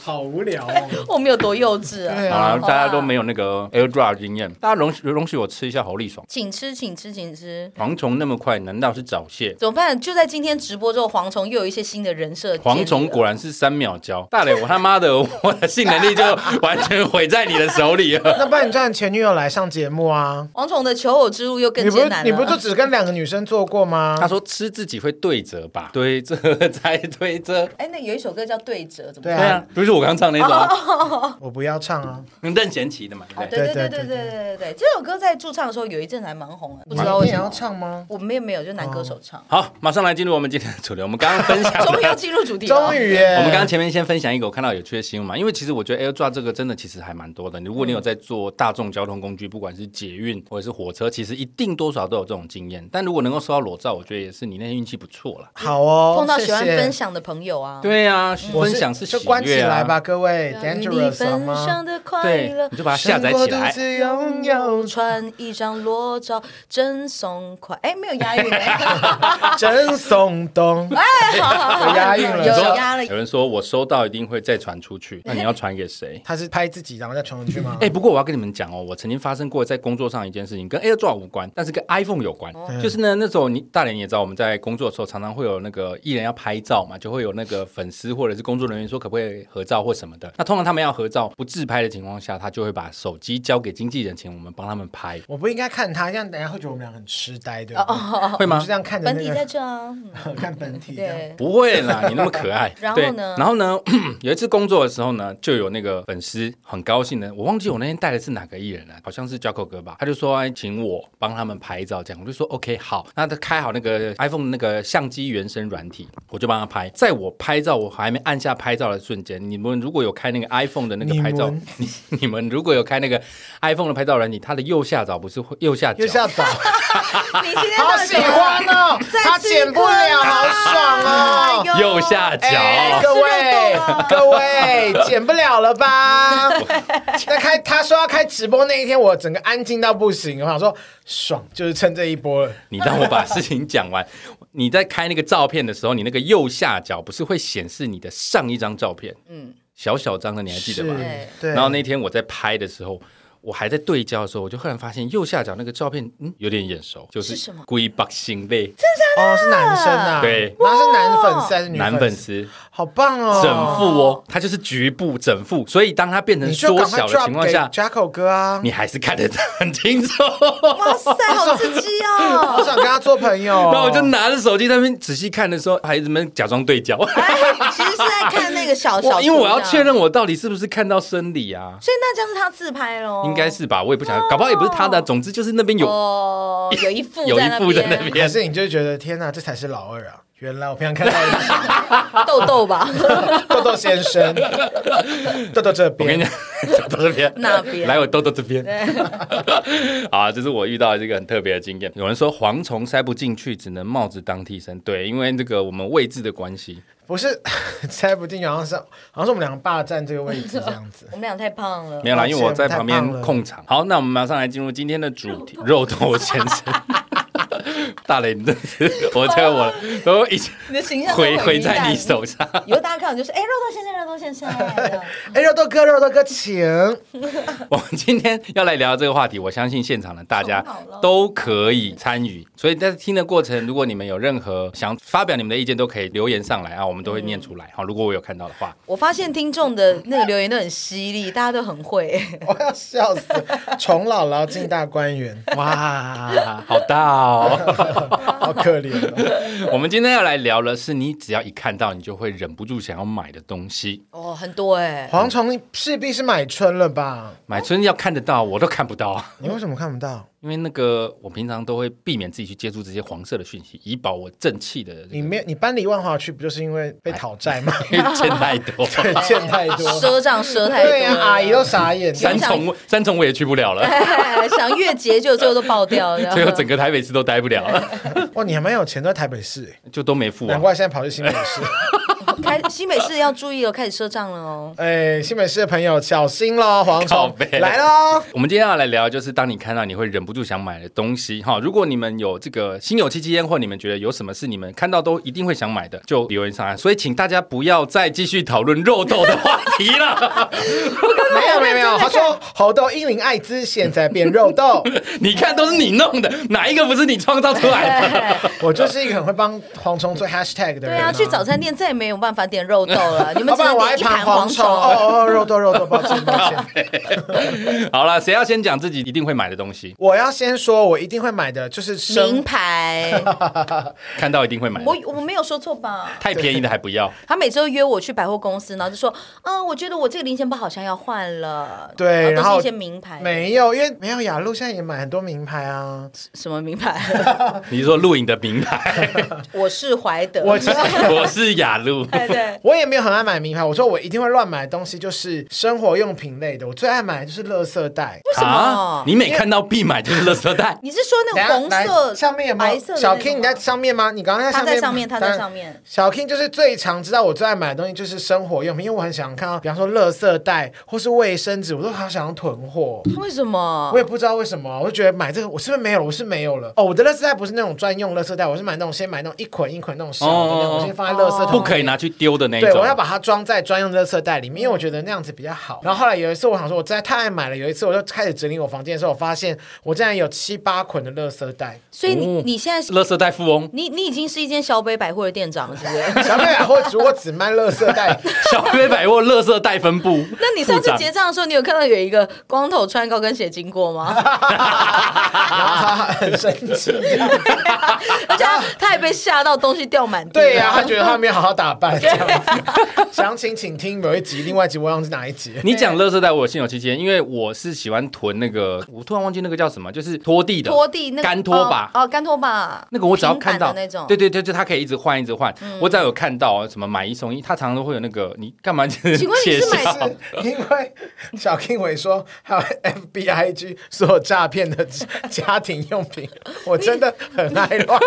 Speaker 3: 好无聊哦。
Speaker 2: 我们有多幼稚啊！
Speaker 3: 对
Speaker 1: 好啦
Speaker 3: 啊，
Speaker 1: 大家都没有那个 AirDrop 经验，大家容许容许我吃一下侯丽爽。
Speaker 2: 请吃，请吃，请吃。
Speaker 1: 蝗虫那么快，难道是早泄？
Speaker 2: 怎么办？就在今天直播之后，蝗虫又有一些新的人设建立了。
Speaker 1: 蝗虫果然是三秒胶，大磊，我他妈的，我的性能力就完全毁在你的手里 了。
Speaker 3: 那不然你叫你前女友来上节目啊？
Speaker 2: 蝗虫的求偶之路又更
Speaker 3: 你不
Speaker 2: 艰
Speaker 3: 是
Speaker 2: 难了。啊
Speaker 3: 你不就只跟两个女生做过吗？
Speaker 1: 他说吃自己会对折吧，对折再对折。
Speaker 2: 哎，那有一首歌叫《对折》，怎么
Speaker 1: 对
Speaker 3: 对
Speaker 1: 啊，不是我刚唱那首啊
Speaker 3: 我不要唱啊！
Speaker 1: 任贤齐的嘛，对不
Speaker 2: 哦，
Speaker 1: 对？
Speaker 2: 对对
Speaker 3: 对
Speaker 2: 对
Speaker 3: 啊对
Speaker 2: 对
Speaker 3: 对
Speaker 2: 对对对对，这首歌在驻唱的时候有一阵还蛮红的，不知道
Speaker 3: 你
Speaker 2: 为
Speaker 3: 也
Speaker 2: 什
Speaker 3: 要
Speaker 2: 么。
Speaker 3: 唱吗？
Speaker 2: 我们也没有，就
Speaker 3: 哦
Speaker 2: 男歌手 唱。
Speaker 1: 好，马上来进入我们今天的主题。我们刚刚分享 了
Speaker 2: 终于要进入主题了，
Speaker 3: 终于耶！
Speaker 1: 我们刚刚前面先分享一个我看到有趣的新闻嘛，因为其实我觉得 AirDrop 这个真的其实还蛮多的。如果你有在做大众交通工具，不管是捷运或者是火车，其实一定多少都有这种经验。但如果能够收到裸照，我觉得也是你那天运气不错啦。
Speaker 3: 好哦，
Speaker 2: 碰到喜欢
Speaker 3: 谢谢
Speaker 2: 分享的朋友啊，
Speaker 1: 对啊，
Speaker 3: 我
Speaker 1: 分享是喜
Speaker 3: 就关起
Speaker 1: 悦啊
Speaker 3: 来吧，各位
Speaker 2: 让你
Speaker 3: ，dangerous 啊好
Speaker 2: 分
Speaker 3: 吗？
Speaker 2: 享的快
Speaker 1: 对
Speaker 2: 乐，
Speaker 1: 你。就把它下载起来。
Speaker 3: 拥有
Speaker 2: 穿一张裸照真松快，哎，没有押韵，
Speaker 3: 真松动，有押韵了
Speaker 2: 有
Speaker 3: 你说？
Speaker 2: 押了
Speaker 1: 有。人说我收到一定会再传出去，那你要传给谁
Speaker 3: 他是拍自己然后再传回去吗？
Speaker 1: 哎、不过我要跟你们讲哦，我曾经发生过在工作上一件事情，跟 AirDrop 无关，但是跟 iPhone 有关。就是呢，那时候你大连也知道，我们在工作的时候常常会有那个艺人要拍照嘛，就会有那个粉丝或者是工作人员说可不可以合照或什么的。那通常他们要合照不自拍的情况下，他就会把手机交给经纪人，请我们帮他们拍，
Speaker 3: 我不应该看他，这样等下会觉得我们俩很痴呆，对
Speaker 2: 哦
Speaker 3: 吧？
Speaker 1: 会
Speaker 3: 我
Speaker 1: 吗
Speaker 3: 就这？样看着
Speaker 2: 本
Speaker 3: 那
Speaker 2: 体在
Speaker 3: 个
Speaker 2: 这啊，嗯
Speaker 3: 看本体这样，
Speaker 2: 对，。
Speaker 1: 不会啦，你那么可爱
Speaker 2: 然后
Speaker 1: 对
Speaker 2: 呢
Speaker 1: 然后呢？ 有一次工作的时候呢，就有那个粉丝很高兴的，我忘记我那天带的是哪个艺人了、好像是 Jaco 哥吧，他就说哎，请我帮他们拍照，这样我就说 OK 好，那他开好那个 iPhone 那个相机原生软体，我就帮他拍。在我拍照，我还没按下拍照的瞬间，你们如果有开那个 iPhone 的那个拍照
Speaker 3: 你们，
Speaker 1: 你 你们如果有开那个 iPhone 的拍照软体，它的右下角不是会右下角
Speaker 3: 又是要 走，
Speaker 2: 你今 天
Speaker 3: 好
Speaker 2: 到底
Speaker 3: 喜欢哦，
Speaker 2: 再
Speaker 3: 他
Speaker 2: 吃一
Speaker 3: 剪不
Speaker 2: 颗
Speaker 3: 了，好
Speaker 2: 啦
Speaker 3: 爽哦。
Speaker 2: 哎呦
Speaker 1: 右下角。
Speaker 3: 哎，
Speaker 2: 吃
Speaker 3: 各
Speaker 2: 肉
Speaker 3: 位
Speaker 2: 豆啊
Speaker 3: 各位，剪不了了吧？ 那开他说要开直播那一天，我整个安静到不行，我想说爽，就是趁这一波了。
Speaker 1: 你让我把事情讲完。你在开那个照片的时候，你那个右下角不是会显示你的上一张照片？嗯，小小张的，你还记得吗？
Speaker 2: 对
Speaker 3: 对，
Speaker 1: 然后那天我在拍的时候，我还在对焦的时候，我就忽然发现右下角那个照片，嗯，有点眼熟，就是
Speaker 2: 是什么
Speaker 1: 龟八星类
Speaker 3: 哦是男生啊，
Speaker 1: 对
Speaker 3: 那是男粉丝还是女
Speaker 1: 男粉
Speaker 3: 丝？
Speaker 1: 丝
Speaker 3: 好棒哦，
Speaker 1: 整副哦，它就是局部整副，所以当它变成
Speaker 3: 你就
Speaker 1: 缩
Speaker 3: 赶快
Speaker 1: 小的情
Speaker 3: drop
Speaker 1: 况
Speaker 3: 给
Speaker 1: 下，
Speaker 3: Jacko 哥啊，
Speaker 1: 你还是看得很清楚。
Speaker 3: 哦
Speaker 2: 哇塞，好刺激
Speaker 3: 好
Speaker 2: 哦！
Speaker 3: 想跟他做朋友。
Speaker 1: 然后我就拿着手机在那边仔细看的时候，孩子们假装对焦。
Speaker 2: 哎，其实是在看那个小小
Speaker 1: 我
Speaker 2: 图，
Speaker 1: 因为我要
Speaker 2: 这样
Speaker 1: 确，认我到底是不是看到生理啊，
Speaker 2: 所以那这样是他自拍喽，
Speaker 1: 应该是吧？我也不想，搞不好也不是他的啊，总之就是那边有
Speaker 2: 哦，有 一副
Speaker 1: 有一副在那
Speaker 2: 边
Speaker 1: 边
Speaker 3: 还。是你就觉得天哪，这才是老二啊！原来我平常看到
Speaker 2: 豆 豆吧，
Speaker 3: 的豆豆先生， 豆豆这
Speaker 1: 我跟你
Speaker 3: 边，
Speaker 1: 讲，豆豆这边
Speaker 2: 那边
Speaker 1: 来我豆豆这边。 啊，这是我遇到的这个很特别的经验。有人说蝗虫塞不进去，只能帽子当替身。对，因为这个我们位置的关系，
Speaker 3: 不是 猜不进去，好像是好像是我们两个霸占这个位置这样子
Speaker 2: 我。们俩太胖了
Speaker 1: 没。有啦，因为我在旁
Speaker 3: 抱歉我
Speaker 1: 边
Speaker 3: 太胖了
Speaker 1: 控场。好，那我们马上来进入今天的主题——肉头先生。大雷，你真是我这个我，我已经
Speaker 2: 你的形象都
Speaker 1: 毁毁
Speaker 2: 于
Speaker 1: 在
Speaker 2: 一
Speaker 1: 你
Speaker 2: 旦
Speaker 1: 手上。
Speaker 2: 以后大家看我就是，哎，肉豆先生，肉豆先生，这样
Speaker 3: 哎，肉豆哥，肉豆哥，请
Speaker 1: 我们今天要来聊这个话题，我相信现场的大家都可以参与。所以在听的过程，如果你们有任何想发表你们的意见，都可以留言上来啊，我们都会念出来。好，如果我有看到的话，
Speaker 2: 我发现听众的那个留言都很犀利，大家都很会。
Speaker 3: 我要笑死！虫姥姥进大观园，
Speaker 1: 哇，好大哦！
Speaker 3: 好可怜哦。
Speaker 1: 我们今天要来聊的是你只要一看到，你就会忍不住想要买的东西。
Speaker 2: 哦，很多 哎，
Speaker 3: 蝗虫势必是买春了吧？
Speaker 1: 买春要看得到，我都看不到。
Speaker 3: 你为什么看不到？
Speaker 1: 因为那个我平常都会避免自己去接触这些黄色的讯息，以保我正气的这
Speaker 3: 你
Speaker 1: 个
Speaker 3: 没有你搬离万华去，不就是因为被讨债吗？
Speaker 1: 欠太多。
Speaker 3: 对，欠太 多。
Speaker 2: 赊账赊哦太多了，啊
Speaker 3: 对呀、啊阿姨都傻 眼。
Speaker 1: 三重三重我也去不了 了，
Speaker 2: 想越结就最后都爆掉， 这样
Speaker 1: 最后整个台北市都待不了了，
Speaker 3: 哇，你还蛮有钱，都在台北市欸，
Speaker 1: 就都没付啊
Speaker 3: 难。怪现在跑去新北 市。
Speaker 2: 开新北市要注意哦，开始赊账了哦。
Speaker 3: 哎，新北市的朋友小心喽，蝗
Speaker 1: 靠
Speaker 3: 虫
Speaker 1: 北
Speaker 3: 来 喽！
Speaker 1: 我们今天要来聊，就是当你看到你会忍不住想买的东西哈。如果你们有这个心有戚戚焉，或你们觉得有什么是你们看到都一定会想买的，就留言上来。所以请大家不要再继续讨论肉豆的话题了。
Speaker 3: 没有没有没 有，他说猴豆英灵艾滋现在变肉 豆，
Speaker 1: 你看都是你弄的，哪一个不是你创造出来 的？
Speaker 3: 我就是一个很会帮蝗虫做 hashtag 的
Speaker 2: 对
Speaker 3: 人、
Speaker 2: 啊，去早餐店再也没有办法点肉豆 了，你们
Speaker 3: 老
Speaker 2: 只
Speaker 3: 板
Speaker 2: 能
Speaker 3: 我还
Speaker 2: 点一盘
Speaker 3: 盘
Speaker 2: 蝗
Speaker 3: 蝗
Speaker 2: 虫。
Speaker 3: 虫哦哦哦，肉豆肉豆，抱歉抱歉。
Speaker 1: 好了，谁要先讲自己一定会买的东西？
Speaker 3: 我要先说，我一定会买的就是
Speaker 2: 名
Speaker 3: 生，
Speaker 2: 牌，
Speaker 1: 看到一定会买的
Speaker 2: 我我没有说错吧？
Speaker 1: 太便宜的还不要，
Speaker 2: 他每周约我去百货公司，然后就说：“嗯，我觉得我这个零钱包好像要换了。”
Speaker 3: 对
Speaker 2: 然
Speaker 3: 然后
Speaker 2: 都是一些名牌，
Speaker 3: 没有，因为没有雅鹿现在也买很多名牌啊。
Speaker 2: 什么名牌，
Speaker 1: 你是说录影的名牌，
Speaker 2: 我是怀德，
Speaker 3: 我其实
Speaker 1: 我是雅鹿。
Speaker 2: 哎对，
Speaker 3: 我也没有很爱买名牌，我说我一定会乱买的东西就是生活用品类的，我最爱买的就是垃圾袋。
Speaker 2: 为什么？，
Speaker 1: 啊你每看到必买就是垃圾袋
Speaker 2: 你是说那个红
Speaker 3: 等一下
Speaker 2: 色
Speaker 3: 来上面有没
Speaker 2: 白
Speaker 3: 有
Speaker 2: 色的那
Speaker 3: 小
Speaker 2: 种
Speaker 3: King？你在
Speaker 2: 吗
Speaker 3: 上面吗？你刚刚
Speaker 2: 他
Speaker 3: 在上面，
Speaker 2: 在上面，他在
Speaker 3: 当
Speaker 2: 上面。
Speaker 3: 小 King 就是最常知道我最爱买的东西就是生活用品，因为我很想看到，比方说垃圾袋或是卫生纸，我都好想要囤货。
Speaker 2: 为什么
Speaker 3: 我？也不知道为什么，我就觉得买这个我是不是没有了？我是没有了。哦，我的垃圾袋不是那种专用垃圾袋，我是买那种先买那种一捆一捆那种小的那
Speaker 1: 哦
Speaker 3: 种，我先放在垃圾桶。
Speaker 1: 不可以拿去丢的那一
Speaker 3: 对，
Speaker 1: 种
Speaker 3: 我。要把它装在专用垃圾袋里面，因为我觉得那样子比较好。然后后来有一次，我想说，我实在太爱买了。有一次，我就开始整理我房间的时候，我发现我竟然有七八捆的垃圾袋。
Speaker 2: 所以
Speaker 1: 哦
Speaker 2: 你你现在是，
Speaker 1: 垃圾袋富翁
Speaker 2: 你你已经是一间小北百货的店长了，是不是？
Speaker 3: 小美百货如果只卖垃圾袋，
Speaker 1: 小黑百货垃圾袋分布。
Speaker 2: 那你上
Speaker 1: 部
Speaker 2: 次
Speaker 1: 长
Speaker 2: 结账的时候，你有看到有一个光头穿高跟鞋经过 吗？
Speaker 3: 然后他很生气。
Speaker 2: 而且他他还被吓到，东西掉满地。
Speaker 3: 对呀、他觉得他没有好好打扮这样子。 详情请听某一集，另外一集我忘记哪一集。
Speaker 1: 你讲垃圾袋，我心有戚戚，因为我是喜欢囤那个，我突然忘记那个叫什么，就是拖地的
Speaker 2: 拖地那个
Speaker 1: 干拖把。
Speaker 2: 哦，哦干拖把，
Speaker 1: 那个我只要看到
Speaker 2: 平板的那种，嗯
Speaker 1: 对，对对，就它可以一直换一直换。我只要有看到啊什么买一送一，它常常会有那个你干嘛？请
Speaker 2: 请问你是买
Speaker 3: 是因为小 King 伟说，还有 FBIG 所有诈骗的家庭用品，我真的很爱乱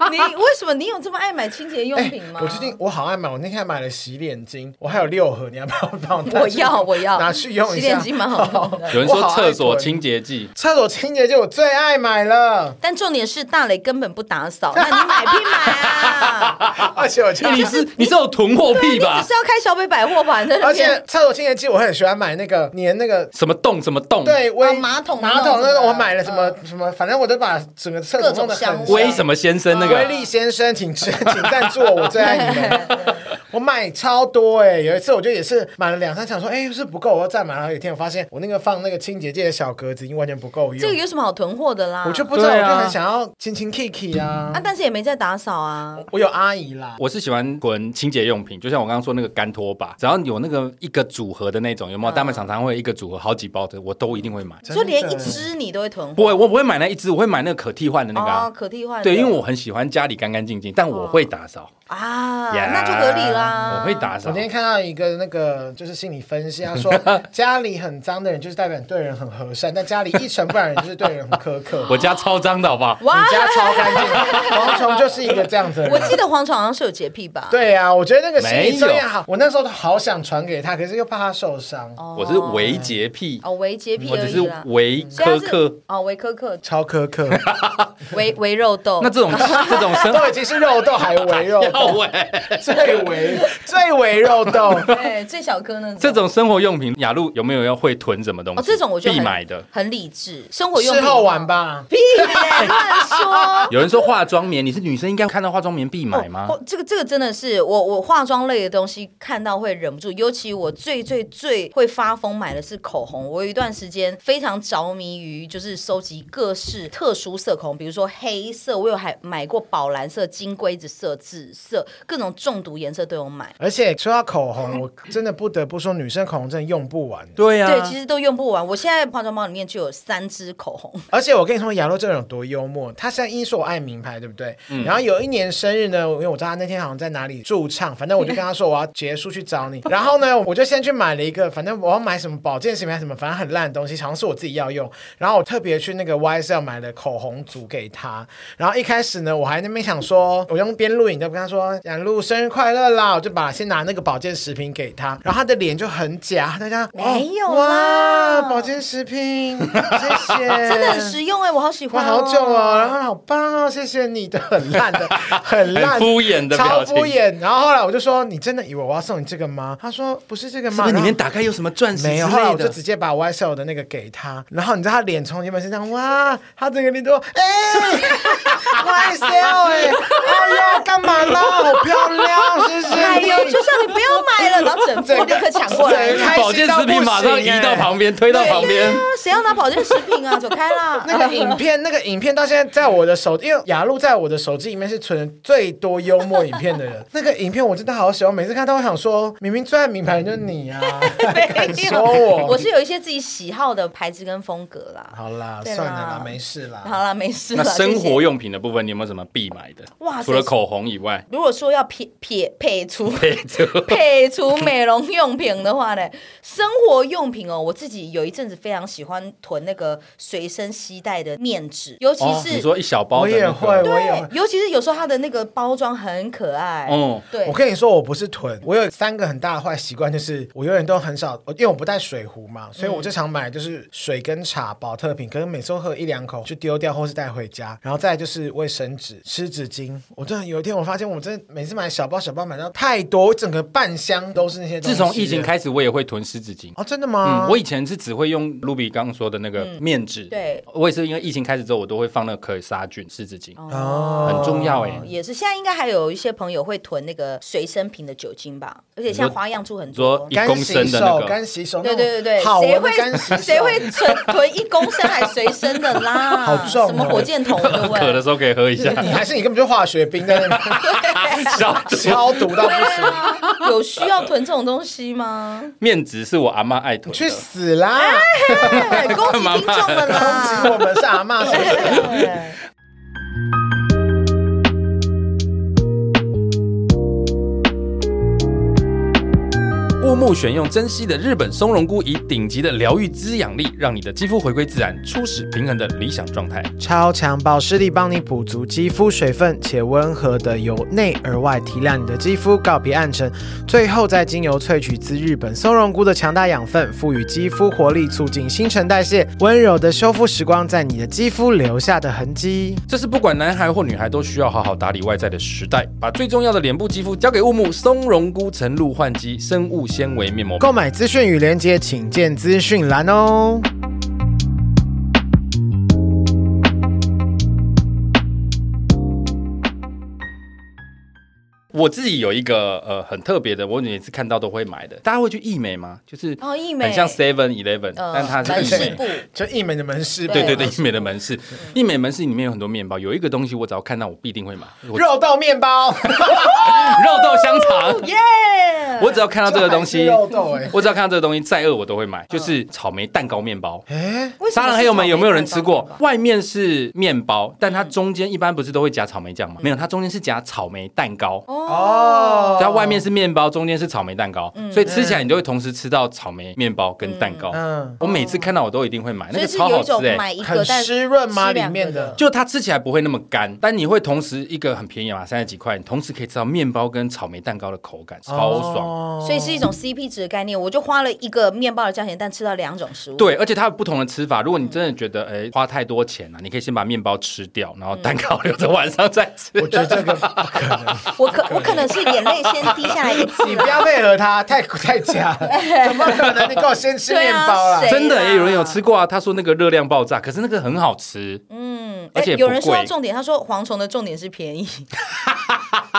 Speaker 3: 买。
Speaker 2: 你为什么你有这么爱买清洁用品吗？
Speaker 3: 哎我最近我好爱买，我那天还买了洗脸巾，我还有六盒，你要不要帮我带去？
Speaker 2: 我要 我要
Speaker 3: 拿去用一
Speaker 2: 洗
Speaker 3: 下
Speaker 2: 脸。巾蛮好用的。
Speaker 1: 有人说
Speaker 3: 我好爱
Speaker 1: 厕所
Speaker 3: 囤
Speaker 1: 清洁剂，
Speaker 3: 厕所清洁剂我最爱买 了，
Speaker 2: 但重点是大雷根本不打扫，那你买屁买 啊！
Speaker 3: 而且我
Speaker 1: 你是你是有囤货癖
Speaker 2: 你
Speaker 1: 吧
Speaker 2: 只？是要开小北百货吧？你在那
Speaker 3: 而
Speaker 2: 边
Speaker 3: 且厕所清洁剂我很喜欢买那个粘那个。
Speaker 1: 什么洞什么洞？
Speaker 3: 对，微、
Speaker 2: 哦马桶的那
Speaker 3: 马
Speaker 2: 种
Speaker 3: 桶
Speaker 2: 是吧
Speaker 3: 那
Speaker 2: 嗯
Speaker 3: 种，我买了什么、什么，反正我都把整个厕所弄得
Speaker 2: 各种
Speaker 3: 很
Speaker 2: 香味
Speaker 1: 威什么先生那
Speaker 3: 威
Speaker 1: 个
Speaker 3: 力先生，请吃，请赞助我，我最爱哎你们。我买超多哎、有一次我就也是买了两三箱，说哎、是不是不够，我要再买。然后有一天我发现我那个放那个清洁剂的小格子已经完全不够用，
Speaker 2: 这个有什么好囤货的啦？
Speaker 3: 我就不知道，
Speaker 1: 对
Speaker 3: 我
Speaker 1: 啊
Speaker 3: 就很想要亲亲 Kiki 啊
Speaker 2: 啊，。但是也没在打扫啊。
Speaker 3: 我有阿姨啦，
Speaker 1: 我是喜欢囤清洁用品，就像我刚刚说那个干拖把，只要有那个一个组合的那种，有
Speaker 2: 嗯
Speaker 1: 没有？大卖场常会有一个组合好几包的，我都一定会买。
Speaker 3: 真
Speaker 2: 就
Speaker 3: 的
Speaker 2: 连一只你都会囤
Speaker 1: 不
Speaker 2: 货
Speaker 1: 会，我不会买那一只，我会买那个可替换的那个、
Speaker 2: 哦
Speaker 1: 啊。，
Speaker 2: 可替换的。
Speaker 1: 对，因为我很喜欢家里干干净净，但我会打扫，
Speaker 2: 啊，
Speaker 1: 呀
Speaker 2: 那就合理啦。
Speaker 1: 我会打扫
Speaker 3: 我今。天看到一个那个就是心理分析，他 说家里很脏的人就是代表你对人很和善，但家里一尘不染的人就是对人很苛刻。
Speaker 1: 我家超脏的好不好？
Speaker 2: 哇
Speaker 3: 你，家超干净，蝗虫就是一个这样子的
Speaker 2: 我
Speaker 3: 人。
Speaker 2: 记得蝗虫好像是有洁癖吧？，
Speaker 3: 对啊，我觉得那个心理测
Speaker 1: 没
Speaker 3: 验
Speaker 1: 有
Speaker 3: 好，我那时候都好想传给他，可是又怕他受伤，
Speaker 1: 我是微洁癖，
Speaker 2: 哦，为洁癖
Speaker 1: 我
Speaker 2: 而
Speaker 1: 只是
Speaker 2: 已啦。
Speaker 1: 微
Speaker 2: 所以他
Speaker 1: 苛
Speaker 2: 是
Speaker 1: 刻。
Speaker 2: 哦，为苛刻，
Speaker 3: 超苛刻，
Speaker 2: 为为肉豆。
Speaker 1: 那这种 这种 生
Speaker 3: 都已经是肉豆还围肉
Speaker 1: 要
Speaker 3: 豆，
Speaker 1: 喂，
Speaker 2: 欸
Speaker 3: 最围最围肉豆。
Speaker 2: 对最小颗那
Speaker 1: 这种生活用品，雅露有没有要会囤什么东西？
Speaker 2: 哦，这种我觉得
Speaker 1: 必
Speaker 2: 很
Speaker 1: 买的。
Speaker 2: 很理智，生活用
Speaker 3: 事
Speaker 2: 品
Speaker 3: 后玩。 吧，
Speaker 2: 屁咧，乱说。
Speaker 1: 有人说化妆棉，你是女生应该看到化妆棉必买吗？
Speaker 2: 哦，这个这个真的是我我化妆类的东西看到会忍不住，尤其我最最最会发疯买的是口红。我有一段时间非常着迷于就是收集各式特殊色口红，比如说黑色，我有还买过宝蓝色、金龟子色、紫色、各种中毒颜色都有买。
Speaker 3: 而且说到口红，我真的不得不说，女生口红真的用不完。
Speaker 1: 对啊呀、
Speaker 2: 对，其实都用不完。我现在化妆包里面就有三支口红，
Speaker 3: 而且我跟你说，亚洛这个人有多幽默。他现在一说我爱名牌，对不对？
Speaker 2: 嗯
Speaker 3: 然后有一年生日呢，因为我知道他那天好像在哪里驻唱，反正我就跟他说我要结束去 找你。然后呢，我就先去买了一个，反正我要买什么保健品还是什么，反正很烂的东西，好像是我自己要用。然后我特别去那个 YSL 买了口红组给他。然后一开始呢，我还在那边想说，我用边录影的跟他说“杨露生日快乐啦”，我就把先拿那个保健食品给他，然后他的脸就很假，大家
Speaker 2: 没有啦
Speaker 3: 哇，保健食 品，谢谢，
Speaker 2: 真的很实用哎、我好喜
Speaker 3: 哇，
Speaker 2: 欢、
Speaker 3: 好久哦，然。后好棒哦，谢谢你的，很 烂的，很烂，
Speaker 1: 很敷衍的
Speaker 3: 超
Speaker 1: 表情
Speaker 3: 敷衍。然后后来我就说，你真的以为我要送你这个吗？他说不是这个
Speaker 1: 是
Speaker 3: 吗？
Speaker 1: 不是里面
Speaker 3: 然后
Speaker 1: 打开有什么钻石之
Speaker 3: 没有，后来
Speaker 1: 类
Speaker 3: 我就
Speaker 1: 的？
Speaker 3: 直接把 YSL 的那个给他，然后你知道他脸从原本是这样，哇，他整个脸都哎 YSL 哎，哎呦干嘛啦？好漂亮，谢谢你。
Speaker 2: 哎呦，就像你不要买了，然后整副立刻抢过来
Speaker 3: 整个。开
Speaker 1: 哎保健食品马上
Speaker 3: 哎
Speaker 1: 移到旁边，推到旁边
Speaker 2: 对。啊，谁要拿保健食品啊？走开 啦！
Speaker 3: 那个影片，那个影片到现在在我的手，因为雅鹿在我的手机里面是存了最多幽默影片的人。那个影片我真的好喜欢，每次看到我想说，明明最爱名牌的就是 你啊，还 敢
Speaker 2: 没
Speaker 3: 说
Speaker 2: 有
Speaker 3: 我？
Speaker 2: 我是有一些自己喜好的牌子跟风格啦。
Speaker 3: 好啦，
Speaker 2: 对啦
Speaker 3: 算了啦，没事啦。
Speaker 2: 好啦，没事
Speaker 1: 啊那
Speaker 2: 了。
Speaker 3: 啊
Speaker 1: 生
Speaker 2: 谢
Speaker 1: 活
Speaker 2: 谢
Speaker 1: 用品的部分，你有没有什么必买的？
Speaker 2: 哇
Speaker 1: 除了
Speaker 2: 这是
Speaker 1: 口红以外，哦
Speaker 2: 如果说要撇撇撇除
Speaker 1: 对，就
Speaker 2: 撇除美容用品的话呢，生活用品哦，我自己有一阵子非常喜欢囤那个随身携带的面纸，尤其
Speaker 1: 哦，你
Speaker 2: 是、
Speaker 1: 说一小包
Speaker 3: 我
Speaker 1: 的
Speaker 3: 也
Speaker 1: 那
Speaker 3: 会，
Speaker 1: 个，
Speaker 3: 我也
Speaker 2: 对
Speaker 3: 会。，
Speaker 2: 尤其是有时候它的那个包装很可爱，
Speaker 1: 嗯
Speaker 2: 对
Speaker 3: 我，跟你说，我不是囤，我有三个很大的坏习惯，就是 我永远都很少，因为我不带水壶嘛，所以
Speaker 2: 嗯
Speaker 3: 我就常买就是水跟茶、保特瓶，可是每次都喝一两口就丢掉，或是带回家。然后再来就是卫生纸、湿纸巾。我真的有一天我发现，我真的每次买小包小包买到太多，我整个半箱都是那些东
Speaker 1: 自
Speaker 3: 西。
Speaker 1: 从疫情开始，我也会囤湿纸巾。
Speaker 3: 哦，真的
Speaker 1: 嗯
Speaker 3: 吗？，
Speaker 1: 我以前是只会用露比刚刚说的那个
Speaker 3: 嗯
Speaker 1: 面纸，
Speaker 2: 对，
Speaker 1: 我也是因为疫情开始之后，我都会放那个可以杀菌湿纸巾，
Speaker 3: 哦
Speaker 1: 很重要哎、
Speaker 2: 也是，现在应该还有一些朋友会囤那个随身瓶的酒精吧，而且现
Speaker 1: 你
Speaker 2: 在
Speaker 1: 说
Speaker 2: 花样出很
Speaker 1: 你
Speaker 2: 多
Speaker 1: 说。
Speaker 3: 干
Speaker 1: 一公
Speaker 3: 洗
Speaker 1: 升的那
Speaker 3: 手
Speaker 1: 个，
Speaker 3: 干洗手，
Speaker 2: 对对对对，
Speaker 3: 好
Speaker 2: 谁
Speaker 3: 闻的干洗
Speaker 2: 会
Speaker 3: 手，
Speaker 2: 谁会囤囤一公升还随身的啦？
Speaker 3: 好重哦
Speaker 2: 什么火箭筒对不
Speaker 1: 渴的
Speaker 2: 对？
Speaker 1: 时啊 候可以喝一 下，
Speaker 3: 你 还是你根本就化学兵在 那边
Speaker 1: 消 毒
Speaker 3: 消毒到不
Speaker 2: 对
Speaker 3: 行，
Speaker 2: 啊，有需要囤这种东西吗？
Speaker 1: 面纸是我阿妈爱囤
Speaker 3: 去
Speaker 1: 的。
Speaker 3: 死
Speaker 2: 哎
Speaker 3: 啦！
Speaker 2: 对，恭喜听众们
Speaker 3: 攻击我
Speaker 2: 啦！
Speaker 3: 们是阿妈，是不是？
Speaker 2: 对
Speaker 1: 乌木选用珍稀的日本松茸菇，以顶级的疗愈滋养力，让你的肌肤回归自然、初始平衡的理想状态。
Speaker 3: 超强保湿力帮你补足肌肤水分，且温和的由内而外提亮你的肌肤，告别暗沉。最后再精油萃取自日本松茸菇的强大养分，赋予肌肤活力，促进新陈代谢，温柔的修复时光在你的肌肤留下的痕迹。
Speaker 1: 这是不管男孩或女孩都需要好好打理外在的时代，把最重要的脸部肌肤交给雾木松茸菇晨露焕肌生物纤维面膜。
Speaker 3: 购买资讯与链接，请见资讯栏哦。
Speaker 1: 我自己有一个呃很特别的，我每次看到都会买的。大家会去医美吗？就是
Speaker 2: 哦医美
Speaker 1: 很像 Seven Eleven，
Speaker 2: 呃
Speaker 1: 但它是
Speaker 2: 门
Speaker 1: 医
Speaker 2: 市
Speaker 1: 美。
Speaker 2: 部
Speaker 3: 就一门的门市
Speaker 1: 对对对，
Speaker 2: 对
Speaker 1: 医美的门市，医美门市里面有很多面包，有一个东西我只要看到我必定会买，我
Speaker 3: 肉豆面包，
Speaker 1: 肉豆香肠。
Speaker 2: 耶！
Speaker 1: 我只要看到这个东西，
Speaker 3: 肉豆哎、
Speaker 1: 我只要看到这个东西，再饿我都会买，
Speaker 2: 嗯
Speaker 1: 就是草莓蛋糕面包。
Speaker 3: 哎
Speaker 2: 为什
Speaker 1: 沙
Speaker 2: 么是
Speaker 1: 朗黑友们有没有人吃
Speaker 2: 草莓
Speaker 1: 过
Speaker 2: 蛋？糕嗯
Speaker 1: 外面是面包，但它中间一般不是都会夹草莓酱吗？没有，它中间是夹草莓蛋糕。
Speaker 3: 哦
Speaker 1: 它外面是面包，中间是草莓蛋糕，
Speaker 2: 嗯
Speaker 1: 所以吃起来你都会同时吃到草莓面包跟蛋糕。
Speaker 3: 嗯，
Speaker 1: 我每次看到我都一定会买，那个
Speaker 2: 所以是
Speaker 1: 超
Speaker 2: 有
Speaker 1: 好
Speaker 2: 一
Speaker 1: 吃
Speaker 2: 种
Speaker 1: 哎、
Speaker 2: 买一个
Speaker 3: 很
Speaker 2: 但
Speaker 3: 湿润吗
Speaker 2: 吃两
Speaker 3: 里面
Speaker 2: 个
Speaker 3: 的
Speaker 2: 的，
Speaker 1: 就它吃起来不会那么干，但你会同时一个很便宜嘛，三十几块，你同时可以吃到面包跟草莓蛋糕的口感，超爽。
Speaker 3: 哦
Speaker 2: 所以是一种 CP 值的概念。我就花了一个面包的价钱，但吃到两种
Speaker 3: 哦
Speaker 2: 食物。
Speaker 1: 对，而且它有不同的吃法。如果你真的觉得哎、花太多钱了、你可以先把面包吃掉，然后蛋糕留着晚上再吃。
Speaker 3: 我 觉得这个不可能。
Speaker 2: 我可我可能是眼泪先滴下来一次
Speaker 3: 你不要配合 他，太太假了，怎么可能？你给我先吃面包啦
Speaker 2: 对啊谁。
Speaker 1: 真的
Speaker 2: 啦
Speaker 1: 也有人有吃过啊，他说那个热量爆炸，可是那个很好吃。
Speaker 2: 嗯，
Speaker 1: 而且
Speaker 2: 哎
Speaker 1: 不
Speaker 2: 有人说到
Speaker 1: 贵
Speaker 2: 重点，他说蝗虫的重点是便宜，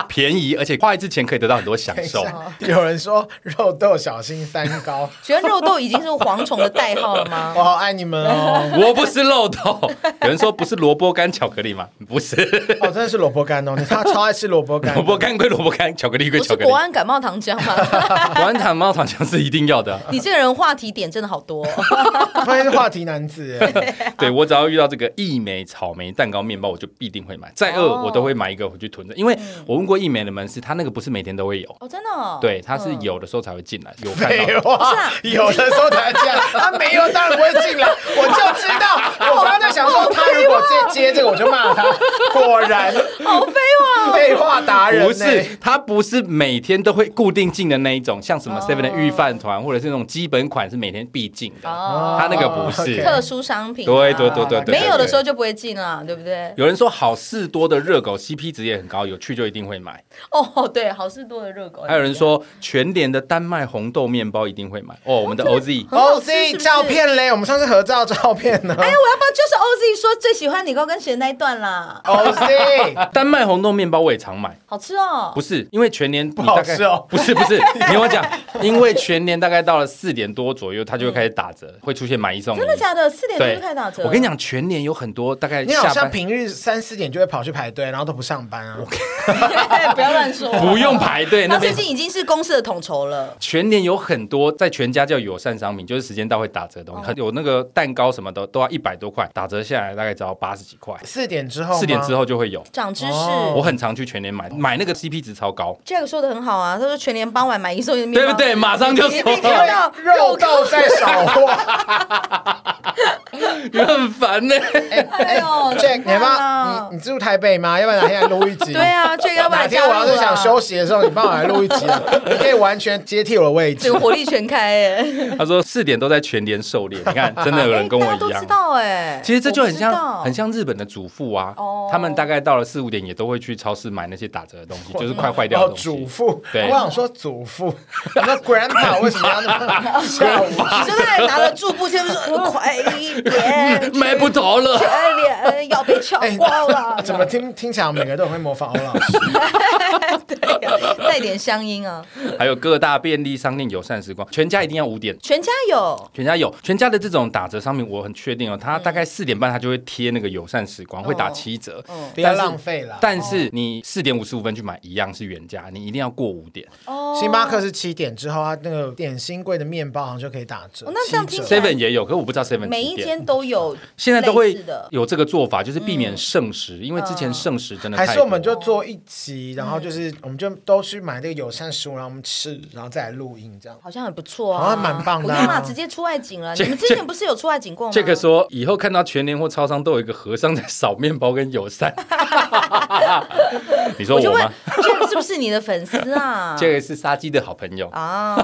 Speaker 1: 便宜，而且花一次钱可以得到很多享
Speaker 2: 啊
Speaker 3: 等 一
Speaker 1: 受。
Speaker 3: 下，有人说肉豆小心三高，
Speaker 2: 请问肉豆已经是蝗虫的代号了吗
Speaker 3: 我？好爱你们 哦！
Speaker 1: 我不是漏斗， 有人说不是萝卜干巧克力吗？不 是，
Speaker 3: 哦，真的是萝卜干哦，你 他超爱吃萝卜干，
Speaker 1: 萝卜干归萝卜干，巧克力归
Speaker 2: 不
Speaker 1: 巧
Speaker 2: 是
Speaker 1: 克力
Speaker 2: 国。安感冒糖浆吗？
Speaker 1: 国安糖猫糖浆是一定要的。
Speaker 2: 你这个人话题点真的好多、哦，
Speaker 3: 他是话题男子耶，
Speaker 1: 对哦我只要遇到这个一枚草莓蛋糕面包，我就必定会买。再饿
Speaker 2: 哦
Speaker 1: 我都会买一个回去囤着，因为我问过一枚的门市，他那个不是每天都会有，
Speaker 2: 哦，真的、哦。
Speaker 1: 对，他是有的时候才会进来，有看到
Speaker 3: 废
Speaker 1: 的。
Speaker 2: 不是
Speaker 3: 话
Speaker 2: 啊，
Speaker 3: 哎有的时候才这样，他没有当然不会 进来，我就知道，我刚刚在想说，他如果接接这个，我就骂 他，果然
Speaker 2: 好废话哦。
Speaker 3: 废话达人
Speaker 1: 不
Speaker 3: 呢，
Speaker 1: 是，它不是每天都会固定进的那一种，像什么 Seven 的预饭团，或者是那种基本款是每天必进的。
Speaker 2: 哦
Speaker 1: 他那个不是
Speaker 3: OK
Speaker 2: 特殊商品、啊，
Speaker 1: 对对对对对，
Speaker 2: 没有的时
Speaker 1: 候。
Speaker 2: 候就不会进啦，对不对？
Speaker 1: 有人说好事多的热狗 CP 值也很高，有去就一定会买。
Speaker 2: 哦，对，好事多的热狗，
Speaker 1: 还有人说全联的丹麦红豆面包一定会买。哦，我们的 OZ
Speaker 2: 很好吃
Speaker 3: OZ
Speaker 2: 是不是
Speaker 3: 照片嘞，我们上次合照照片呢
Speaker 2: 哎，我要帮就是 OZ 说最喜欢你高跟鞋那一段啦，
Speaker 1: 哦
Speaker 3: ，OZ
Speaker 1: 丹麦红豆面包我也常买，
Speaker 2: 好吃哦。
Speaker 1: 不是因为全年不
Speaker 3: 好吃哦
Speaker 1: 不是不是，你听我讲，因为全年大概到了四点多左右，它就会开始打折，会出现买一送一。
Speaker 2: 真的假的？四点钟
Speaker 1: 对
Speaker 2: 就开始打折？
Speaker 1: 我跟你，讲，全年有很多大概
Speaker 3: 你好
Speaker 1: 下
Speaker 3: 像
Speaker 1: 班
Speaker 3: 平日三四点就会跑去排队，然后都不上 班啊。
Speaker 2: 不要乱说。
Speaker 1: 不用排队
Speaker 2: 他
Speaker 1: 那
Speaker 2: 最
Speaker 1: 边。
Speaker 2: 近已经是公司的统筹了。
Speaker 1: 全年有很多在全家叫友善商品，就是时间到会打折的
Speaker 2: 哦
Speaker 1: 东西，有那个蛋糕什么的都要一百多块，打折下来大概只要八十几块，
Speaker 3: 四点之后吗，
Speaker 1: 四点之后就会有。
Speaker 2: 长知识，
Speaker 1: 我
Speaker 3: 哦
Speaker 1: 很常去全年买，买那个 CP 值超高，
Speaker 2: Jack 说的很好啊，他说全年傍晚买一送一的面
Speaker 1: 对
Speaker 2: 包，
Speaker 1: 不对？马上就
Speaker 2: 你一
Speaker 1: 说
Speaker 2: 定看到
Speaker 3: 肉豆在少啊货。
Speaker 1: 你很烦呢、
Speaker 2: 哎呦
Speaker 3: Jack，你要
Speaker 2: 太
Speaker 3: 不
Speaker 2: 棒
Speaker 3: 要
Speaker 2: 了
Speaker 3: 你你住台北吗？要不然哪天来录一集？
Speaker 2: 对啊，Jack 要不
Speaker 3: 哪
Speaker 2: 然
Speaker 3: 天
Speaker 2: 加入
Speaker 3: 我
Speaker 2: 啊
Speaker 3: 要是想休，息的时候，你帮我来录 一集啊，你可以完全接替我的位 置
Speaker 2: 整。个火力全开哎。
Speaker 1: 他说四点都在全联狩猎，你看，真的有人跟我
Speaker 2: 哎大家
Speaker 1: 一
Speaker 2: 都
Speaker 1: 样
Speaker 2: 知。道哎，
Speaker 1: 其实这就很
Speaker 2: 我不知
Speaker 1: 像
Speaker 2: 道
Speaker 1: 很像日本的主妇啊
Speaker 2: 哦，
Speaker 1: 他们大概到了四五点也都会去超市买那些打折的 东西，就是快坏掉
Speaker 3: 哦
Speaker 1: 的，东
Speaker 3: 祖
Speaker 1: 西。
Speaker 3: 父，
Speaker 1: 对
Speaker 3: 我想说祖父，我说 grandpa 为什么要那么吓我？
Speaker 2: 你真的还拿了住布签说快一 点，
Speaker 1: 买不着了，
Speaker 2: 全脸要被敲
Speaker 3: 哎
Speaker 2: 光 了，
Speaker 3: 怎么 听听起来每个人都很会模仿欧老师？
Speaker 2: 对呀带点乡音啊？
Speaker 1: 还有各大便利商店友善时光，全家一定要五点。
Speaker 2: 全家有
Speaker 1: 全家有全家的这种打折商品，我很确定哦，它大概四点半它就会贴那个友善时光，会打七折，
Speaker 2: 嗯
Speaker 3: 不要
Speaker 1: 但是
Speaker 3: 浪费啦。
Speaker 1: 但是你四点五十五分去买一样是原价，你一定要过五点。
Speaker 2: 哦
Speaker 3: 星巴克是七点之后，它那个点心柜的面包好像就可以打折。
Speaker 2: 哦那这样
Speaker 3: 七折
Speaker 2: 听起来
Speaker 1: Seven 也有，可是我不知道 Seven
Speaker 2: 每一间都有，
Speaker 1: 现在都会
Speaker 2: 类似的
Speaker 1: 有这个做法，就是避免剩食，因为之前
Speaker 2: 嗯
Speaker 1: 剩食真的太
Speaker 3: 还
Speaker 1: 多
Speaker 3: 是我们就做一集，然后就是我们就都去买那个友善食物，然后我们吃，然后再来录音这样。
Speaker 2: 好像很不错
Speaker 3: 好
Speaker 2: 啊，
Speaker 3: 像蛮棒的啊
Speaker 2: 我干嘛直接出外景了？
Speaker 1: 这
Speaker 2: 你们之前不是有出外景过吗？
Speaker 1: 这个说以后看到全联或超商都有一个和尚在扫面包跟友善， 你说
Speaker 2: 我就
Speaker 1: 我
Speaker 2: 问
Speaker 1: 吗？
Speaker 2: 这个是不是你的粉丝啊？
Speaker 1: 这个是杀鸡的好朋友。
Speaker 2: 啊，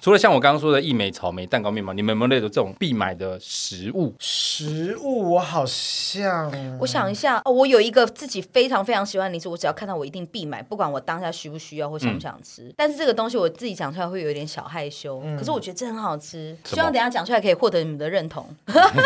Speaker 1: 除了像我刚刚说的益美草莓蛋糕面包，你们有没有那种这种必买的食物？
Speaker 3: 食物我好像
Speaker 2: 我想一下，哦，我有一个自己非常非常喜欢的零食，我只要看到我一定必买，不管我当下需不需要或想不想吃。
Speaker 1: 嗯
Speaker 2: 但是这个东西我自己讲出来会有点小害羞，可是我觉得这很好吃，
Speaker 1: 什么
Speaker 2: 希望等一下讲出来可以获得你们的认同。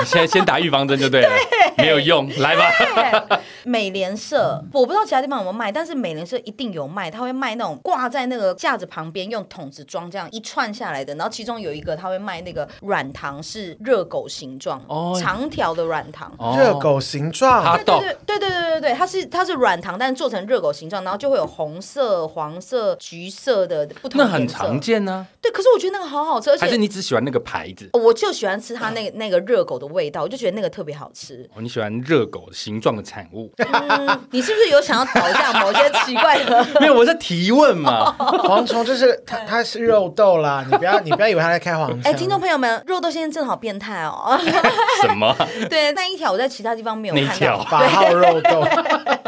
Speaker 1: 先先打预防针就对 了，没有用，来吧。
Speaker 2: 美联社，我不知道其他地方有没有卖，但是美联社一定有卖，它会卖那种挂在那个架子旁边用桶子装这样一串下来的，然后其中有一个它会卖那个软糖是热狗形状，
Speaker 1: 哦
Speaker 2: 长条的软糖。
Speaker 1: 哦
Speaker 3: 热狗形
Speaker 1: 好
Speaker 3: 状，
Speaker 2: 对对对对对对对对，它是它是软糖，但是做成热狗形状，然后就会有红色、黄色、橘色的不同
Speaker 1: 那
Speaker 2: 的
Speaker 1: 很
Speaker 2: 颜色
Speaker 1: 常。见呢、
Speaker 2: 对，可是我觉得那个好好吃，而
Speaker 1: 还是
Speaker 2: 且
Speaker 1: 你只喜欢那个牌子？
Speaker 2: 我就喜欢吃它那个那个热狗的味道，我就觉得那个特别好吃。
Speaker 1: 哦，你喜欢热狗形状的产物？ 啊
Speaker 2: 嗯，你是不是有想要找一下某些奇怪的？
Speaker 1: 没有，我在提问嘛。
Speaker 3: 蝗虫就是它，它是肉豆啦，你不要你不要以为它在开黄
Speaker 2: 哎，
Speaker 3: 腔。
Speaker 2: 听众朋友们，肉豆先生真的好变态哦！
Speaker 1: 什么？
Speaker 2: 对，那一条我在其他地方没有
Speaker 1: 那一
Speaker 2: 看
Speaker 1: 条
Speaker 2: 到，
Speaker 3: 八号肉豆，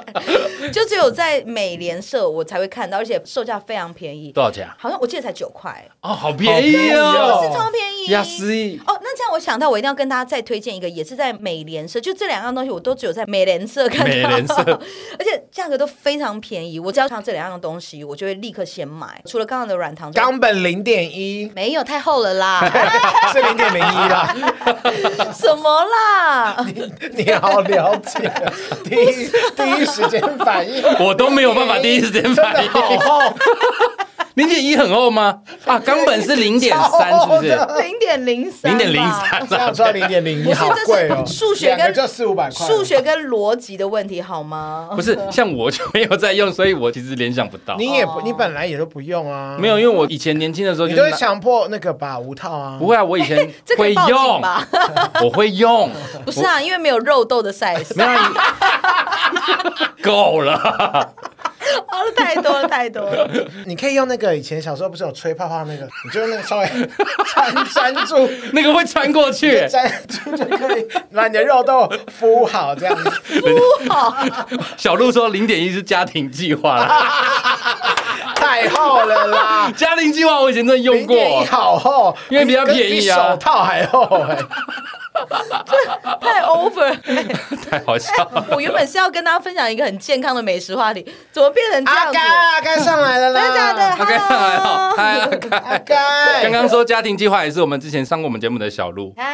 Speaker 2: 就只有在美联社我才会看到，而且售价非常便宜，
Speaker 1: 多少钱啊？
Speaker 2: 好像我记得才九块，
Speaker 1: 哦，好便宜哦！
Speaker 2: 是超便宜。
Speaker 1: 雅思
Speaker 2: 哦，那这样我想到我一定要跟大家再推荐一个，也是在美联社，就这两样东西我都只有在美联社看到，
Speaker 1: 美联社
Speaker 2: 而且价格都非常便宜。我只要看到这两样东西，我就会立刻先买。除了刚刚的软糖之外，
Speaker 3: 冈本零点一
Speaker 2: 没有太厚 了啦，哎
Speaker 3: 是零点零一啦，
Speaker 2: 什么啦？
Speaker 3: 你好了解，啊 第一
Speaker 2: 啊
Speaker 3: 第一时间反应，
Speaker 1: 我都没有办法第一时间
Speaker 3: 真
Speaker 1: 反
Speaker 3: 的
Speaker 1: 应。
Speaker 3: 好厚，
Speaker 1: 零点一很厚吗？啊，冈本是零点三，是不是？
Speaker 2: 零点零三，
Speaker 1: 零点零。三
Speaker 3: 这样说零点零一
Speaker 2: 不是
Speaker 3: 好
Speaker 2: 这是
Speaker 3: 贵哦，
Speaker 2: 数学跟
Speaker 3: 两个就四五百块，
Speaker 2: 数学跟逻辑的问题好吗
Speaker 1: 不？是像我就没有在用，所以我其实联想不到。
Speaker 3: 你也不
Speaker 2: 哦
Speaker 3: 你本来也都不用啊，
Speaker 1: 没有，因为我以前年轻的时候
Speaker 3: 你
Speaker 1: 就
Speaker 3: 都
Speaker 1: 是
Speaker 3: 会
Speaker 1: 拿
Speaker 3: 强迫那个吧无套啊，
Speaker 1: 不会啊，我以前
Speaker 2: 这可
Speaker 1: 会
Speaker 2: 以报警
Speaker 1: 用，
Speaker 2: 吧？
Speaker 1: 我会用，
Speaker 2: 不是啊，因为没有肉豆的 size，
Speaker 1: 没有啊你够了。
Speaker 2: 好了，哦太多了，太多了。
Speaker 3: 你可以用那个以前小时候不是有吹泡泡 那个，你就用那个稍微 粘粘住，
Speaker 1: 那个会穿过去，
Speaker 3: 粘住就可以把你的肉都敷好这 样子。
Speaker 1: 小鹿说零点一是家庭计划啦，
Speaker 3: 太厚了啦，
Speaker 1: 家庭计划我以前真的用
Speaker 3: 零点
Speaker 1: 过
Speaker 3: 一，好厚，
Speaker 1: 因为比较
Speaker 3: 跟
Speaker 1: 便宜
Speaker 3: 比
Speaker 1: 啊
Speaker 3: 手套还厚哎、
Speaker 2: 太 over，
Speaker 1: 太好笑了。
Speaker 2: 我原本是要跟大家分享一个很健康的美食话题，怎么变成 这
Speaker 3: 阿
Speaker 2: 样子
Speaker 3: 该？阿该上来了啦，
Speaker 2: 真的假的
Speaker 1: OK，好，
Speaker 2: ？Hello，
Speaker 1: 嗨，阿
Speaker 3: 阿
Speaker 1: 凯
Speaker 3: 该，
Speaker 1: 刚刚说家庭计划也是我们之前上过我们节目的小鹿。
Speaker 2: 嗨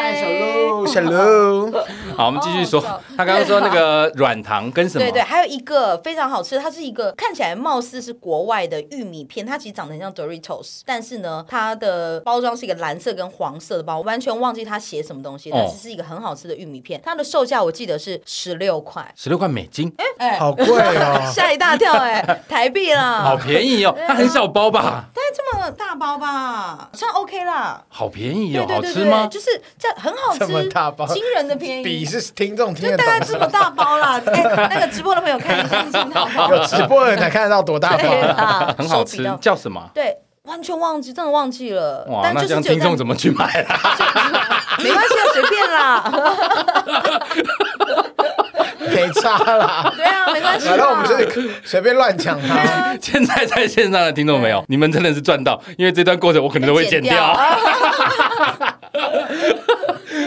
Speaker 3: 嗨小鹿，小鹿，
Speaker 1: 好，我们继续说
Speaker 2: 哦，
Speaker 1: 他刚刚说那个软糖跟什么
Speaker 2: 对？对，还有一个非常好吃，它是一个看起来貌似是国外的玉米片，它其实长得很像 Doritos，但是呢，它的包装是一个蓝色跟黄色的包，我完全忘记它写什么东西，但
Speaker 1: 哦
Speaker 2: 是是一个很好吃的玉米片，它的售价我记得是十六块，
Speaker 1: 十六块美金，
Speaker 2: 哎、
Speaker 3: 好贵哦。
Speaker 2: 吓一大跳哎、台币啦，
Speaker 1: 好便宜
Speaker 2: 哎
Speaker 1: 哦，它很小包吧？
Speaker 2: 但是这么大包吧，算 OK 啦。
Speaker 1: 好便宜
Speaker 2: 对
Speaker 1: 哦，
Speaker 2: 对
Speaker 1: 好
Speaker 2: 对
Speaker 1: 吃
Speaker 2: 对，
Speaker 1: 吗？
Speaker 2: 就是 这样很好吃，
Speaker 3: 这么大包
Speaker 2: 惊人的便
Speaker 3: 笔
Speaker 2: 宜，
Speaker 3: 是听众听
Speaker 2: 就
Speaker 3: 得
Speaker 2: 大
Speaker 3: 懂
Speaker 2: 概这么大包啦。哎、那个直播的朋 友看一下，是大包
Speaker 3: 的，有直播的人才看得到多大包
Speaker 2: 对
Speaker 3: 啊。
Speaker 2: 啦，
Speaker 1: 很好
Speaker 2: 手
Speaker 1: 吃
Speaker 2: 比，较
Speaker 1: 叫什么？
Speaker 2: 对，完全忘记，真的忘记了。
Speaker 1: 哇，
Speaker 2: 但
Speaker 1: 那
Speaker 2: 就
Speaker 1: 这
Speaker 2: 是
Speaker 1: 样
Speaker 2: 只有
Speaker 1: 听
Speaker 2: 在
Speaker 1: 众怎么去买啊 啦？
Speaker 2: 没关系啊，随 便啦。
Speaker 3: 没差 啦。
Speaker 2: 对啊，没关系啦。
Speaker 3: 然后我们就是随便乱讲
Speaker 2: 对
Speaker 3: 他，
Speaker 2: 啊，
Speaker 1: 现在在线上的听众没有，你们真的是赚到，因为这段过程我可能都会剪 掉。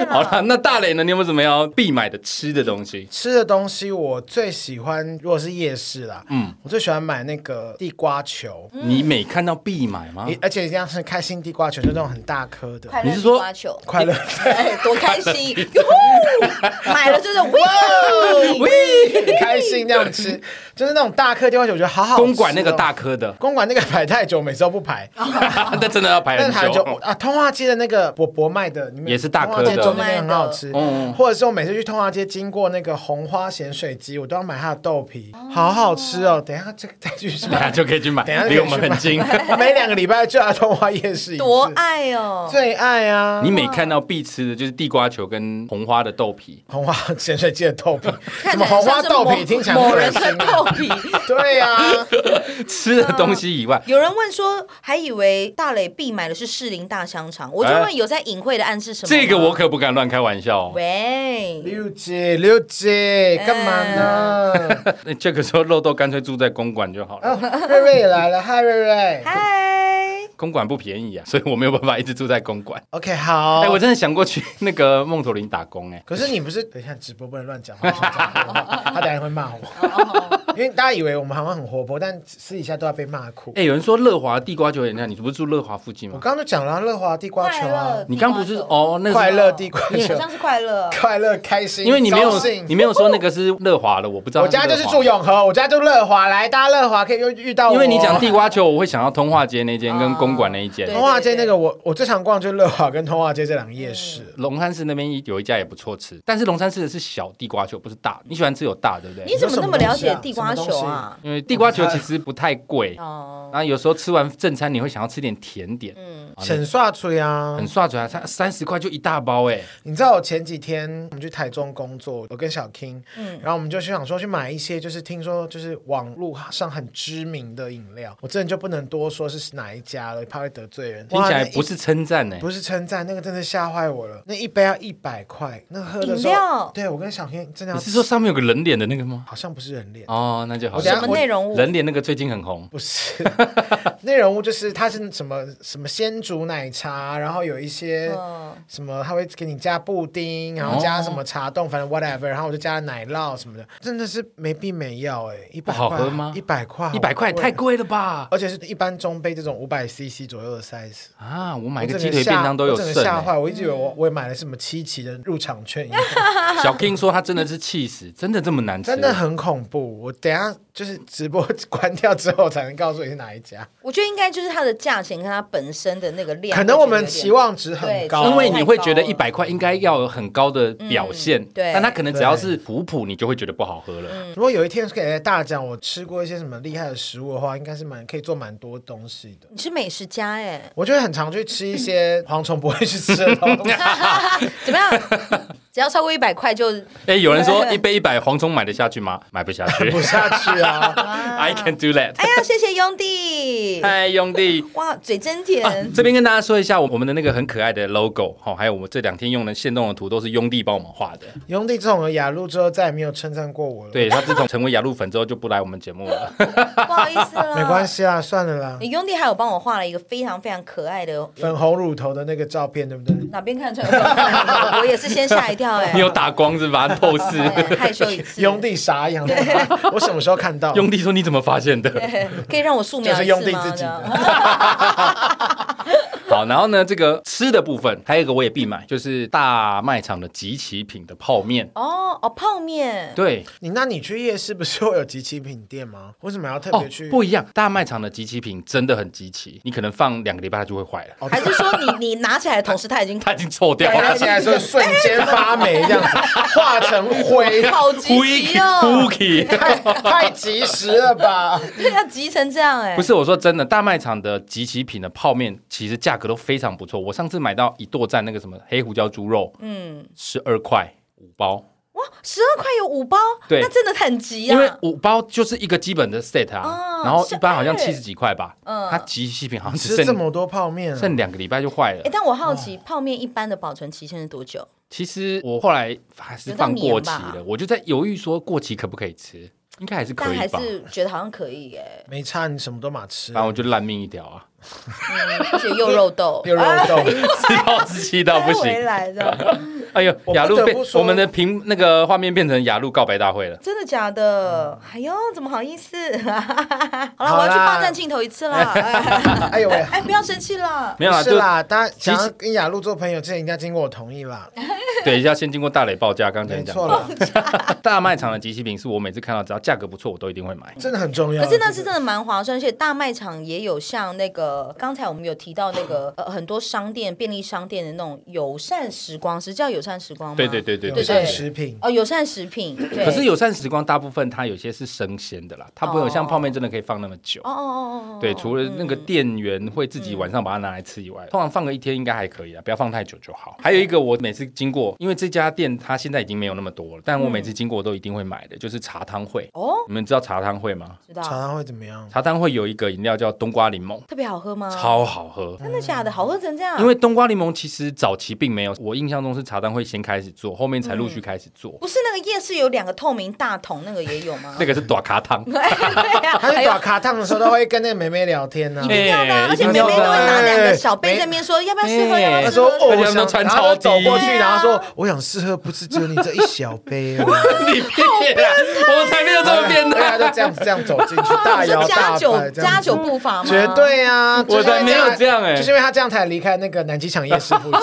Speaker 1: 好
Speaker 2: 啊
Speaker 1: 了，那大磊呢？你有没有什么要必买的吃的东西？
Speaker 3: 吃的东西我最喜欢，如果是夜市啦，嗯，我最喜欢买那个地瓜球，
Speaker 2: 嗯
Speaker 1: 你每看到必买吗
Speaker 3: 你？而且一定要是开心地瓜球，就那种很大颗的，
Speaker 2: 快
Speaker 1: 你
Speaker 2: 乐
Speaker 1: 是
Speaker 2: 地
Speaker 1: 说
Speaker 2: 瓜球，
Speaker 3: 快乐。
Speaker 2: 哎，多 开心！哟呼，买了就是 哇，
Speaker 3: 开心这样吃，就是那种大颗地瓜球，我觉得好好吃哦。
Speaker 1: 公馆那个大颗的，
Speaker 3: 公馆那个排太久，每次都不排。
Speaker 1: 那真的要排
Speaker 3: 那排
Speaker 1: 很久。
Speaker 3: 久
Speaker 1: 哦
Speaker 3: 啊，通化街的那个伯伯卖的，你们
Speaker 1: 也是大颗的
Speaker 3: 通化街做那个很好吃
Speaker 1: 嗯。
Speaker 3: 或者是我每次去通化街经过那个红花咸水鸡，我都要买它的豆皮，好好吃哦。等一下这再继 续
Speaker 1: 等下
Speaker 3: 买，
Speaker 1: 就可以去买
Speaker 3: 等一下，就可以
Speaker 1: 离我们
Speaker 3: 去买
Speaker 1: 很 近。
Speaker 3: 每两个礼拜就要通化夜市一次，
Speaker 2: 多爱哦！
Speaker 3: 最爱啊！
Speaker 1: 你每看到必吃的就是地瓜球跟红花的豆皮，
Speaker 3: 红花咸水鸡的豆皮，
Speaker 2: 看起
Speaker 3: 怎么
Speaker 2: 来
Speaker 3: 红花
Speaker 2: 像是
Speaker 3: 豆
Speaker 2: 某
Speaker 3: 皮听起来很
Speaker 2: 某
Speaker 3: 恶
Speaker 2: 人
Speaker 3: 心
Speaker 2: 的
Speaker 3: 啊？
Speaker 2: 豆皮。
Speaker 3: 对呀、啊，
Speaker 1: 吃的东西以外，
Speaker 2: 有人问说，还以为大磊必买的是士林大香肠，我就问有在隐晦的暗示什么
Speaker 1: 哎
Speaker 2: 吗？
Speaker 1: 这个我可不敢乱开玩笑哦。
Speaker 2: 喂，
Speaker 3: 六姐六姐，干嘛呢？
Speaker 1: 那这个时候肉豆干脆住在公馆就好了，
Speaker 3: 哦，瑞瑞也来了，嗨瑞瑞
Speaker 2: 嗨，
Speaker 1: 公馆不便宜啊， 所以我没有办法一直住在公馆。
Speaker 3: ，OK 好。
Speaker 1: 哎，我真的想过去那个梦驼林打工哎。
Speaker 3: 可是你不是 等一下直播不能乱 讲话，不能讲话他等一下会骂我，
Speaker 2: 哦
Speaker 3: 因为大家以为我们好像很活泼，但私底下都要被骂哭。
Speaker 1: 哎，有人说乐华地瓜球也那样，你不是住乐华附近
Speaker 3: 我
Speaker 1: 吗？
Speaker 3: 刚刚就讲了啊乐华地瓜球啊，
Speaker 1: 你刚不是哦，那
Speaker 3: 快
Speaker 1: 是
Speaker 3: 乐地瓜球
Speaker 2: 好，像是快乐。
Speaker 3: 快乐开心，
Speaker 1: 因为你没有
Speaker 3: 高兴
Speaker 1: 你没有说那个是乐华的，我不知道。
Speaker 3: 我家就是住，永和，我家就乐华，来大家乐华可以又遇到我。
Speaker 1: 因为你讲地瓜球，我会想到通化街那间
Speaker 3: 哦
Speaker 1: 跟公馆那一间
Speaker 2: 对。
Speaker 3: 通化街那个我，我最常逛就是乐华跟通化街这两个夜市。
Speaker 1: 龙山寺那边有一家也不错吃，但是龙山寺的是小地瓜球，不是大。你喜欢吃有大，对不对？
Speaker 2: 你怎么那么了解地瓜球
Speaker 3: 什么东
Speaker 2: 啊？
Speaker 1: 因为地瓜球其实不太贵，
Speaker 2: 哦，
Speaker 1: 然后有时候吃完正餐你会想要吃点甜点，
Speaker 2: 嗯，
Speaker 3: 沈刷吹啊
Speaker 1: 很！刷嘴啊，三三十块就一大包哎、
Speaker 3: 你知道我前几天我们去台中工作，我跟小 King，
Speaker 2: 嗯
Speaker 3: 然后我们就去想说去买一些，就是听说就是网络上很知名的饮料，我真的就不能多说是哪一家了，怕会得罪人。
Speaker 1: 听起
Speaker 3: 哇
Speaker 1: 来
Speaker 3: 那一
Speaker 1: 不是称赞哎，
Speaker 3: 不是称赞，那个真的吓坏我了。那一杯要一百块，那喝的
Speaker 2: 饮
Speaker 3: 时
Speaker 2: 料
Speaker 3: 候，对我跟小 King 真的要
Speaker 1: 你是说上面有个人脸的那个吗？
Speaker 3: 好像不是人脸，
Speaker 1: 哦，那就好
Speaker 3: 我等
Speaker 2: 什
Speaker 3: 下
Speaker 1: 了。
Speaker 2: 么内容物？
Speaker 1: 人脸那个最近很红，
Speaker 3: 不是， 那人物就是他是什么什么鲜煮奶茶，然后有一些
Speaker 2: 嗯，
Speaker 3: 什么他会给你加布丁，然后加什么茶冻，反正 whatever，然后我就加了奶酪什么的，真的是没必没要哎、一百
Speaker 1: 不好喝吗
Speaker 3: 一百块，
Speaker 1: 一百块也太贵了吧？
Speaker 3: 而且是一般中杯这种五百 CC 左右的 size。
Speaker 1: 啊，我买
Speaker 3: 我
Speaker 1: 个
Speaker 3: 整
Speaker 1: 鸡腿便当都有
Speaker 3: 我整个
Speaker 1: 剩、
Speaker 3: 吓
Speaker 1: 欸。
Speaker 3: 坏，我一直以为我我也买了什么七奇的入场券 一样，
Speaker 1: 哎 小 King 说他真的是气死，真的这么难吃？啊
Speaker 3: 真的很恐怖。我等一下就是直播关掉之后才能告诉你是哪一 家，
Speaker 2: 我觉得应该就是它的价钱跟它本身的那个量，
Speaker 3: 可能我们期
Speaker 2: 期望。
Speaker 3: 望值很高，
Speaker 2: 对
Speaker 1: 因为你会觉得
Speaker 2: 太高
Speaker 1: 一
Speaker 2: 了
Speaker 1: 百块应该要有很高的表现，
Speaker 2: 嗯对
Speaker 1: 但它可能只要是普普，你就会觉得不好喝了。
Speaker 3: 如果有一天给大奖，我吃过一些什么厉害的食物的话，应该是蛮可以做蛮多东西的。
Speaker 2: 你是美食家 哎、
Speaker 3: 我就会很常去吃一些蝗虫不会去吃的东西，
Speaker 2: 怎 么样？只要超过一百块就
Speaker 1: 哎、有人 说一杯一百，蝗虫买得下去吗？买不下去。
Speaker 3: 不下去啊。 哎
Speaker 1: I can do that。
Speaker 2: 哎呀，谢谢兄弟，
Speaker 1: 嗨，兄弟。
Speaker 2: 哇，嘴真甜。
Speaker 1: 啊
Speaker 3: 啊
Speaker 1: 这边跟大家说一下，我们的那个很可爱的 logo，好、还有我们这两天用的现动的图，都是雍弟帮我们画 的。
Speaker 3: 兄弟这种雅鹿之后再也没有称赞过我了，，
Speaker 1: 对他自从成为雅鹿粉之后，就不来我们节目 了。
Speaker 2: 不好意思啦，
Speaker 3: 没关。系啦，啊算了啦。
Speaker 2: 你兄弟还有帮我画了一个非常非常可爱的，
Speaker 3: 粉红乳头的那个照片，对不对？
Speaker 2: 哪边看得出来？ 我也是先吓一跳哎、
Speaker 1: 你有打光是吧？pose。
Speaker 2: 对害羞一次，
Speaker 3: 兄弟傻眼了，我什么时候看到？
Speaker 1: 雍弟说：“你怎么发现的？”
Speaker 2: 对 可以让我素描
Speaker 3: 就是
Speaker 2: 一次吗
Speaker 3: 用弟自己
Speaker 2: 这样
Speaker 3: 的，
Speaker 1: 好，然后呢，这个吃的部分还有一个我也必买，就是大卖场的集齐品的泡面。
Speaker 2: 哦哦，泡面，
Speaker 1: 对
Speaker 3: 你那你去夜市不是会有集齐品店吗？为什么要特
Speaker 1: 哦
Speaker 3: 别去？，
Speaker 1: 不一样，大卖场的集齐品真的很集齐，你可能放两个礼拜它就会坏了，
Speaker 3: 哦
Speaker 2: 还是说你 你拿起来的同时他 已经
Speaker 1: 它已经臭掉
Speaker 3: 对拿
Speaker 1: 了
Speaker 3: 起。来的时候瞬间发霉，这样 子化成灰，
Speaker 2: 好集齐哦，
Speaker 1: Cookie，
Speaker 3: 太太及时 了吧？
Speaker 2: 要集成这样哎、
Speaker 1: 不是我说真的，大卖场的集齐品的泡面其实价格都非常不错。我上次买到一剁蘸那个什么黑胡椒猪肉，
Speaker 2: 嗯，
Speaker 1: 十二块五包，
Speaker 2: 哇，十二块有五包，
Speaker 1: 对
Speaker 2: 那真的很急啊。
Speaker 1: 因为五包就是一个基本的 set 啊，
Speaker 2: 哦
Speaker 1: 然后一般好像
Speaker 2: 是
Speaker 1: 七十几块吧，
Speaker 2: 嗯
Speaker 1: 它集齐品好像只
Speaker 3: 吃这
Speaker 1: 剩
Speaker 3: 么多泡面啊，
Speaker 1: 剩两个礼拜就坏了
Speaker 2: 哎、。但我好奇，泡面一般的保存期限是多久？
Speaker 1: 其实我后来还是放过期
Speaker 2: 有到年
Speaker 1: 了，
Speaker 2: 吧
Speaker 1: 我就在犹豫说过期可不可以吃，应该还是可
Speaker 2: 但
Speaker 1: 以
Speaker 2: 还
Speaker 1: 吧。
Speaker 2: 是觉得好像可以哎耶、
Speaker 3: 没差，你什么都嘛吃
Speaker 1: 反，正我就烂命一条啊，
Speaker 2: 嗯， 而且又肉 豆，
Speaker 3: 又肉
Speaker 2: 啊
Speaker 3: 豆。
Speaker 1: 自暴自弃到不
Speaker 2: 再回
Speaker 1: 行。
Speaker 2: 来的，
Speaker 1: 哎呦，
Speaker 3: 不
Speaker 1: 雅鹿
Speaker 3: 得
Speaker 1: 变
Speaker 3: 不说
Speaker 1: 我们的屏那个画面变成雅鹿告白大会了。
Speaker 2: 真的假的？哎呦，怎么好意思？ 好了，
Speaker 3: 好啦
Speaker 2: 我要去霸占镜头一次了。哎，
Speaker 3: 哎呦喂！
Speaker 2: 哎不要生气了。
Speaker 1: 没有啦，啊
Speaker 3: 不
Speaker 1: 就是
Speaker 3: 啦，大家想
Speaker 1: 其
Speaker 3: 要
Speaker 1: 实
Speaker 3: 跟雅鹿做朋友之前，一定要经过我同意 啦。
Speaker 1: 对，要先经过大磊报价。刚才
Speaker 3: 没
Speaker 1: 讲哦啊
Speaker 3: 错啦，
Speaker 1: 大卖场的集齐品是我每次看到只要价格不错，我都一定会买。
Speaker 3: 真的很重
Speaker 1: 呃
Speaker 3: 要。
Speaker 2: 可是那是
Speaker 3: 这
Speaker 2: 真的
Speaker 3: 个
Speaker 2: 蛮划算，而且大卖场也有像那个刚才我们有提到那个呃很多商店、便利商店的那种友善时光，是叫友善时光吗？
Speaker 1: 对对对对
Speaker 3: 友
Speaker 1: 对
Speaker 2: 对
Speaker 3: 善
Speaker 1: 对。
Speaker 3: 食品，
Speaker 2: 哦，友善食品。对
Speaker 1: 可是友善时光大部分它有些是生鲜的啦，它不会有像泡面真的可以放那么久
Speaker 2: 哦。哦哦哦哦，
Speaker 1: 对，除了那个
Speaker 2: 嗯
Speaker 1: 店员会自己晚上把它拿来吃以外，通常放个一天应该还可以啊，不要放太久就好。还有一个，我每次经过，因为这家店它现在已经没有那么多了，但我每次经过都一定会买的，就是茶汤会。
Speaker 2: 哦，
Speaker 1: 你们知道茶汤会吗？
Speaker 2: 知道
Speaker 3: 常常会怎么
Speaker 2: 哦
Speaker 3: 样？
Speaker 1: 茶汤会有一个饮料叫冬瓜柠檬，
Speaker 2: 特别好喝吗？
Speaker 1: 超好喝。
Speaker 2: 真的假的？好喝成这样？
Speaker 1: 因为冬瓜柠檬其实早期并没有，我印象中是茶汤会先开始做，后面才陆续开始做。
Speaker 2: 不是那个夜市有两个透明大桶，那个也有吗？
Speaker 1: 那个是短卡汤，
Speaker 2: 对呀，
Speaker 3: 他去
Speaker 2: 还
Speaker 3: 打
Speaker 2: 有。
Speaker 3: 卡烫的时候，都会跟那个妹妹聊天呢、
Speaker 2: 一定要的啊，
Speaker 1: 哎
Speaker 2: 而且妹妹
Speaker 1: 一定要
Speaker 2: 都
Speaker 1: 的
Speaker 2: 会
Speaker 1: 啊
Speaker 2: 拿两个小杯在面说要不要试喝，要不
Speaker 1: 哎
Speaker 2: 要
Speaker 3: 他
Speaker 2: 试
Speaker 3: 说：“
Speaker 2: 喝？
Speaker 3: 哦，
Speaker 1: 而且
Speaker 3: 我
Speaker 1: 他们
Speaker 3: 想
Speaker 1: 都穿
Speaker 3: 然后
Speaker 1: 超
Speaker 3: 就走
Speaker 1: 低
Speaker 3: 过去，
Speaker 2: 对啊
Speaker 3: 然后说：“我想试喝，不是只有你这一小杯哦。
Speaker 1: 你变态，
Speaker 2: 啊
Speaker 1: 我才没有”这么变
Speaker 3: 对啊，
Speaker 1: 态。
Speaker 3: 就这样子这样走进去，大
Speaker 2: 你说
Speaker 3: 摇
Speaker 2: 加
Speaker 3: 大摆
Speaker 2: 酒
Speaker 3: 这样
Speaker 2: 加
Speaker 3: 子。
Speaker 2: 酒步伐吗？
Speaker 3: 绝。对啊！
Speaker 1: 我才没有这样哎
Speaker 3: 就是因为他这样才离开那个南机场夜市 附近。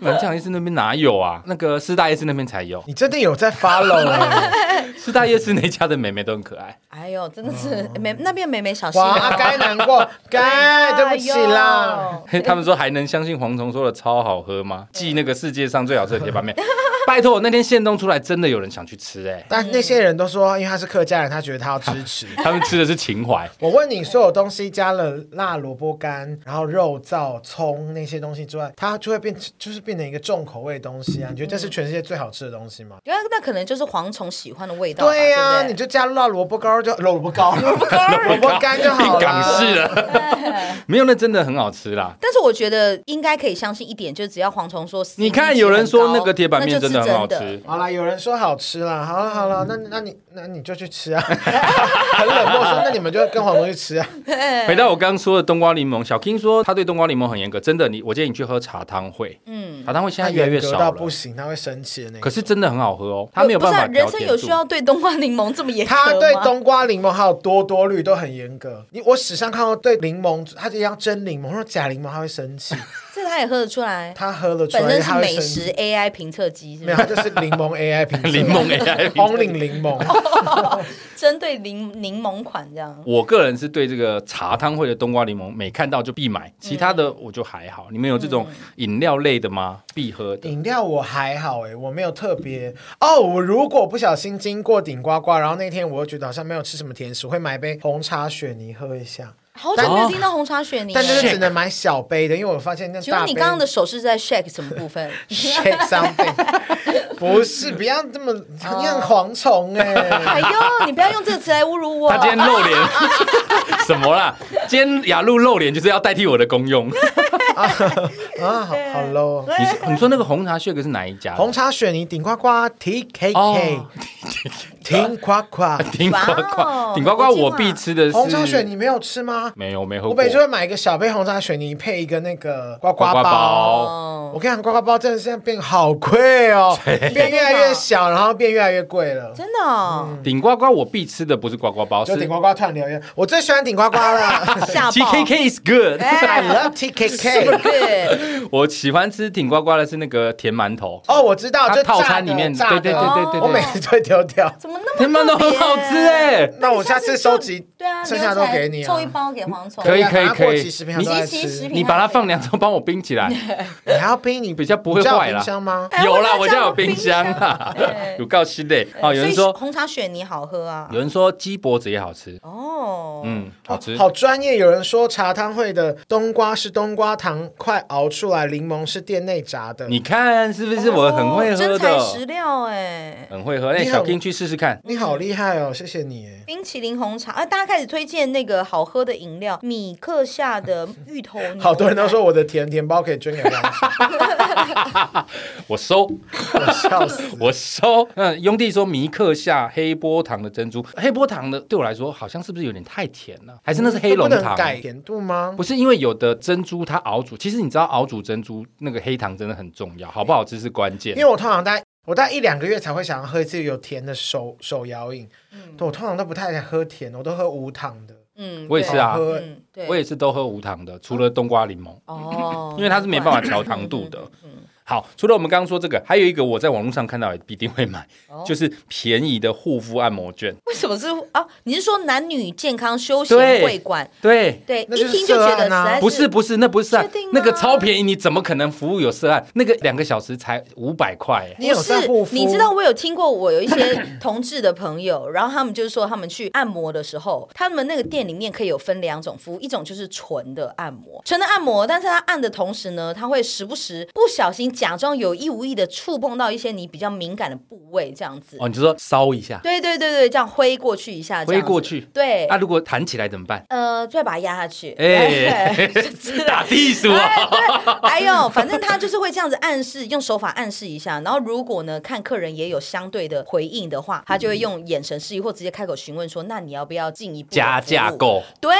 Speaker 1: 南江夜市那边哪有啊？那个师大夜市那边才有，
Speaker 3: 你真的有在 follow 哎
Speaker 1: 师大夜市那家的妹妹都很可爱。
Speaker 2: 哎呦，真的是妹那边妹妹小心
Speaker 3: 哇，
Speaker 2: 啊！
Speaker 3: 该难过，该对不起啦。
Speaker 2: 哎呦。
Speaker 1: 他们说还能相信蝗虫说的超好喝 吗？继那个世界上最好吃的铁板面，拜托我那天现弄出来，真的有人想去吃哎、
Speaker 3: 但那些人都说，因为他是客家人，他觉得他要支 持。
Speaker 1: 他们吃的是情怀。
Speaker 3: 我问你，所有东西加了辣萝卜干，然后肉燥、葱那些东西之外，它就会变，就是变成一个重口味的东西啊！你觉得这是全世界最好吃的东西吗？
Speaker 2: 觉得那可能就是蝗虫喜欢的味道吧。
Speaker 3: 对呀、
Speaker 2: 呀，
Speaker 3: 你就加辣萝卜糕就辣萝卜糕，萝卜干就 好
Speaker 1: 变 港
Speaker 3: 了。
Speaker 1: 式了， 没有那真的很好吃啦。
Speaker 2: 但是我觉得应该可以相信一点，就只要蝗虫说，
Speaker 1: 你看有人说那个铁板面真的很好
Speaker 2: 是真
Speaker 1: 吃。
Speaker 3: 好啦，有人说好吃啦，好了好了，那那你那你就去吃啊， 很冷漠说，那你们就跟黄蓉去吃啊，
Speaker 1: 回到我刚刚说的冬瓜柠檬，小 King 说他对冬瓜柠檬很严格，真的，你我建议你去喝茶汤会，
Speaker 2: 嗯，
Speaker 1: 茶汤会现在越
Speaker 3: 严
Speaker 1: 来越
Speaker 3: 格
Speaker 1: 少
Speaker 3: 到不
Speaker 1: 了，
Speaker 3: 行，他会生气的那
Speaker 1: 可
Speaker 3: 个。
Speaker 1: 是真的很好喝哦，它没有办法
Speaker 2: 不是
Speaker 1: 调
Speaker 2: 啊人生
Speaker 1: 甜
Speaker 2: 有
Speaker 1: 度
Speaker 2: 需要对冬瓜柠檬这么严哎格吗？
Speaker 3: 他对冬瓜、柠檬还有多多绿都很严格。你我史上看过对柠檬，他就要真柠檬，或者假柠檬他会生 气，
Speaker 2: 这他也喝得出来，
Speaker 3: 他喝了出
Speaker 2: 本
Speaker 3: 来
Speaker 2: 身是
Speaker 3: 他会
Speaker 2: 美
Speaker 3: 生
Speaker 2: 食
Speaker 3: 气。
Speaker 2: AI 评测机，是
Speaker 3: 没
Speaker 2: 不
Speaker 3: 有，
Speaker 2: 是？
Speaker 3: 他就是柠 檬 AI 评测
Speaker 1: 柠檬 AI 评测
Speaker 3: Only 柠
Speaker 2: 哦
Speaker 3: 檬，
Speaker 2: 针对柠柠檬款这样。
Speaker 1: 我个人是对这个茶汤会的冬瓜柠檬，每看到就必买，其他的我就还好。
Speaker 2: 嗯
Speaker 1: 你们有这种饮料类的吗？必喝的？
Speaker 3: 饮料我还好哎、我没有特别哦。我如果不小心经过顶呱呱，然后那天我又觉得好像没有吃什么甜食，我会买一杯红茶雪泥喝一下，
Speaker 2: 好久没有听到红茶雪泥了，
Speaker 3: 但就是只能买小杯的，因为我发现那
Speaker 2: 请
Speaker 3: 大
Speaker 2: 问
Speaker 3: 杯。
Speaker 2: 你刚刚的手势是在 shake 什么部分？
Speaker 3: shake something，不是，不要这么，你
Speaker 2: 哦
Speaker 3: 很蝗虫哎、
Speaker 2: 哎呦，你不要用这个词来侮辱我
Speaker 1: 他。今天露 脸什么啦？今天雅露露脸就是要代替我的功 用。你
Speaker 3: 啊，好好 low 哦。
Speaker 1: 说你说那个红茶 shake 是哪一家的？
Speaker 3: 红茶雪泥顶呱呱 T K K
Speaker 1: 哦
Speaker 3: 顶呱呱，
Speaker 1: 顶呱
Speaker 2: 哇哦
Speaker 1: 呱，顶呱呱，
Speaker 2: 我
Speaker 1: 我
Speaker 2: 不知道
Speaker 1: 必吃的是
Speaker 3: 红茶雪泥没有吃吗？
Speaker 1: 没有没喝
Speaker 3: 我
Speaker 1: 过。
Speaker 3: 每次会买一个小杯红茶雪泥配一个那个呱呱
Speaker 1: 呱呱包
Speaker 3: 包。
Speaker 2: 哦，
Speaker 3: 我跟你讲，呱呱包真的现在变好 贵哦，变越来越小，然后变越来越贵了。
Speaker 2: 真的哦，
Speaker 1: 顶呱呱我必吃的不是呱呱包，
Speaker 3: 就是顶呱呱突然留言，我最喜欢顶呱 呱了
Speaker 2: 吓爆
Speaker 1: TKK is good。
Speaker 3: ，I
Speaker 2: 哎
Speaker 3: love T K K。
Speaker 2: 对，
Speaker 1: 我喜欢吃顶呱呱的是那个甜馒头，
Speaker 3: 哦，我知道，
Speaker 1: 它
Speaker 3: 就
Speaker 1: 套
Speaker 3: 炸
Speaker 1: 餐
Speaker 3: 的
Speaker 1: 里面，
Speaker 3: 炸
Speaker 1: 对
Speaker 3: 的
Speaker 1: 对对对对
Speaker 3: 我每
Speaker 1: 对，
Speaker 3: 次都会丢掉。
Speaker 2: 怎么那
Speaker 1: 甜
Speaker 2: 么
Speaker 1: 馒头
Speaker 2: 特别
Speaker 1: 很好吃哎。
Speaker 3: 那我下次收集，
Speaker 2: 对啊，
Speaker 3: 剩下都给你、啊，
Speaker 2: 凑一包给蝗虫。
Speaker 1: 可以
Speaker 3: 对啊
Speaker 1: 可以
Speaker 3: 反正
Speaker 1: 可以
Speaker 3: 过期食品它
Speaker 1: 你
Speaker 3: 都在
Speaker 2: 集齐食
Speaker 3: 吃，
Speaker 2: 品
Speaker 1: 你把它放凉之后帮我冰起来，
Speaker 3: 你还要冰，你
Speaker 1: 比较不会
Speaker 3: 你家有
Speaker 1: 坏啦
Speaker 3: 冰箱吗？
Speaker 2: 哎
Speaker 1: 有啦，
Speaker 2: 我
Speaker 1: 我
Speaker 2: 家
Speaker 1: 家
Speaker 2: 有
Speaker 1: 有冰箱啦
Speaker 2: 冰箱 对，
Speaker 1: 有告心的。哦，有人
Speaker 2: 所以
Speaker 1: 说
Speaker 2: 红茶雪泥好喝啊
Speaker 1: 有，人说鸡脖子也好吃，
Speaker 2: 哦，
Speaker 1: 嗯，好吃。
Speaker 3: 好专业，有人说茶汤会的冬瓜是冬瓜糖快熬出来，柠檬是店内榨的。
Speaker 1: 你看是不是我很会喝
Speaker 2: 哦真材实
Speaker 1: 的？
Speaker 2: 料哎。
Speaker 1: 很会喝，那
Speaker 3: 你很
Speaker 1: 小 King 去试试看。
Speaker 3: 你好厉害哦，谢谢你耶。
Speaker 2: 冰淇淋红茶，哎、大家开始推荐那个好喝的饮料，米克夏的芋头牛奶。
Speaker 3: 好多人都说我的甜甜包可以捐给他，
Speaker 1: 我收，
Speaker 3: 我笑 死。
Speaker 1: 我收。那兄弟说米克夏黑波糖的珍珠，黑波糖的对我来说好像是不是有点太甜了？还是那是黑龙
Speaker 3: 嗯不能
Speaker 1: 糖？
Speaker 3: 改甜度吗
Speaker 1: 不？是因为有的珍珠它熬煮，其实你知道熬煮珍珠那个黑糖真的很重要，好不好吃是关键
Speaker 3: 因。为我通常大概我大概一两个月才会想要喝一次有甜的手手摇饮，对我通常都不太喝甜，我都喝无糖的。
Speaker 2: 嗯，
Speaker 1: 我也是啊
Speaker 2: 对
Speaker 3: 好喝
Speaker 2: 嗯，对，
Speaker 1: 我也是都喝无糖的，除了冬瓜柠檬，
Speaker 2: 哦，嗯
Speaker 1: 因为它是没办法调糖度的。好，除了我们刚刚说这个，还有一个我在网络上看到也必定会买，
Speaker 2: 哦
Speaker 1: 就是便宜的护肤按摩券。
Speaker 2: 为什么是啊？你是说男女健康休闲
Speaker 1: 对
Speaker 2: 会馆？
Speaker 1: 对，
Speaker 2: 对，
Speaker 3: 那
Speaker 2: 一
Speaker 3: 就是
Speaker 2: 听就觉得实
Speaker 3: 涉案啊
Speaker 2: 在
Speaker 1: 不是不是，那不是色案
Speaker 2: 确定吗
Speaker 1: 那个超便宜，你怎么可能服务有涉案？那个两个小时才五百块耶，
Speaker 3: 你有在护
Speaker 2: 不是，
Speaker 3: 肤？
Speaker 2: 你知道我有听过，我有一些 同志的朋友，然后他们就是说，他们去按摩的时候，他们那个店里面可以有分两种服务，一种就是纯的按摩，纯的按摩，但是他按的同时呢，他会时不时不小心假装有意无意的触碰到一些你比较敏感的部位，这样子。
Speaker 1: 哦，你就说烧一下，
Speaker 2: 对对对对，这样挥过去一下，这
Speaker 1: 挥
Speaker 2: 样子哎
Speaker 1: 过去。啊
Speaker 2: 对，
Speaker 1: 那、如果弹起来怎么 办？
Speaker 2: 呃，就会把它压下去。
Speaker 1: 哎、
Speaker 2: 对之类的
Speaker 1: 打地鼠 啊！
Speaker 2: 哎呦，反正他就是会这样子暗示，用手法暗示一下。然后如果呢，看客人也有相对的回应的话，他就
Speaker 1: 嗯
Speaker 2: 会用眼神示意或直接开口询问说：“那你要不要进一步的
Speaker 1: 加
Speaker 2: 服务
Speaker 1: 价？”购，
Speaker 2: 对，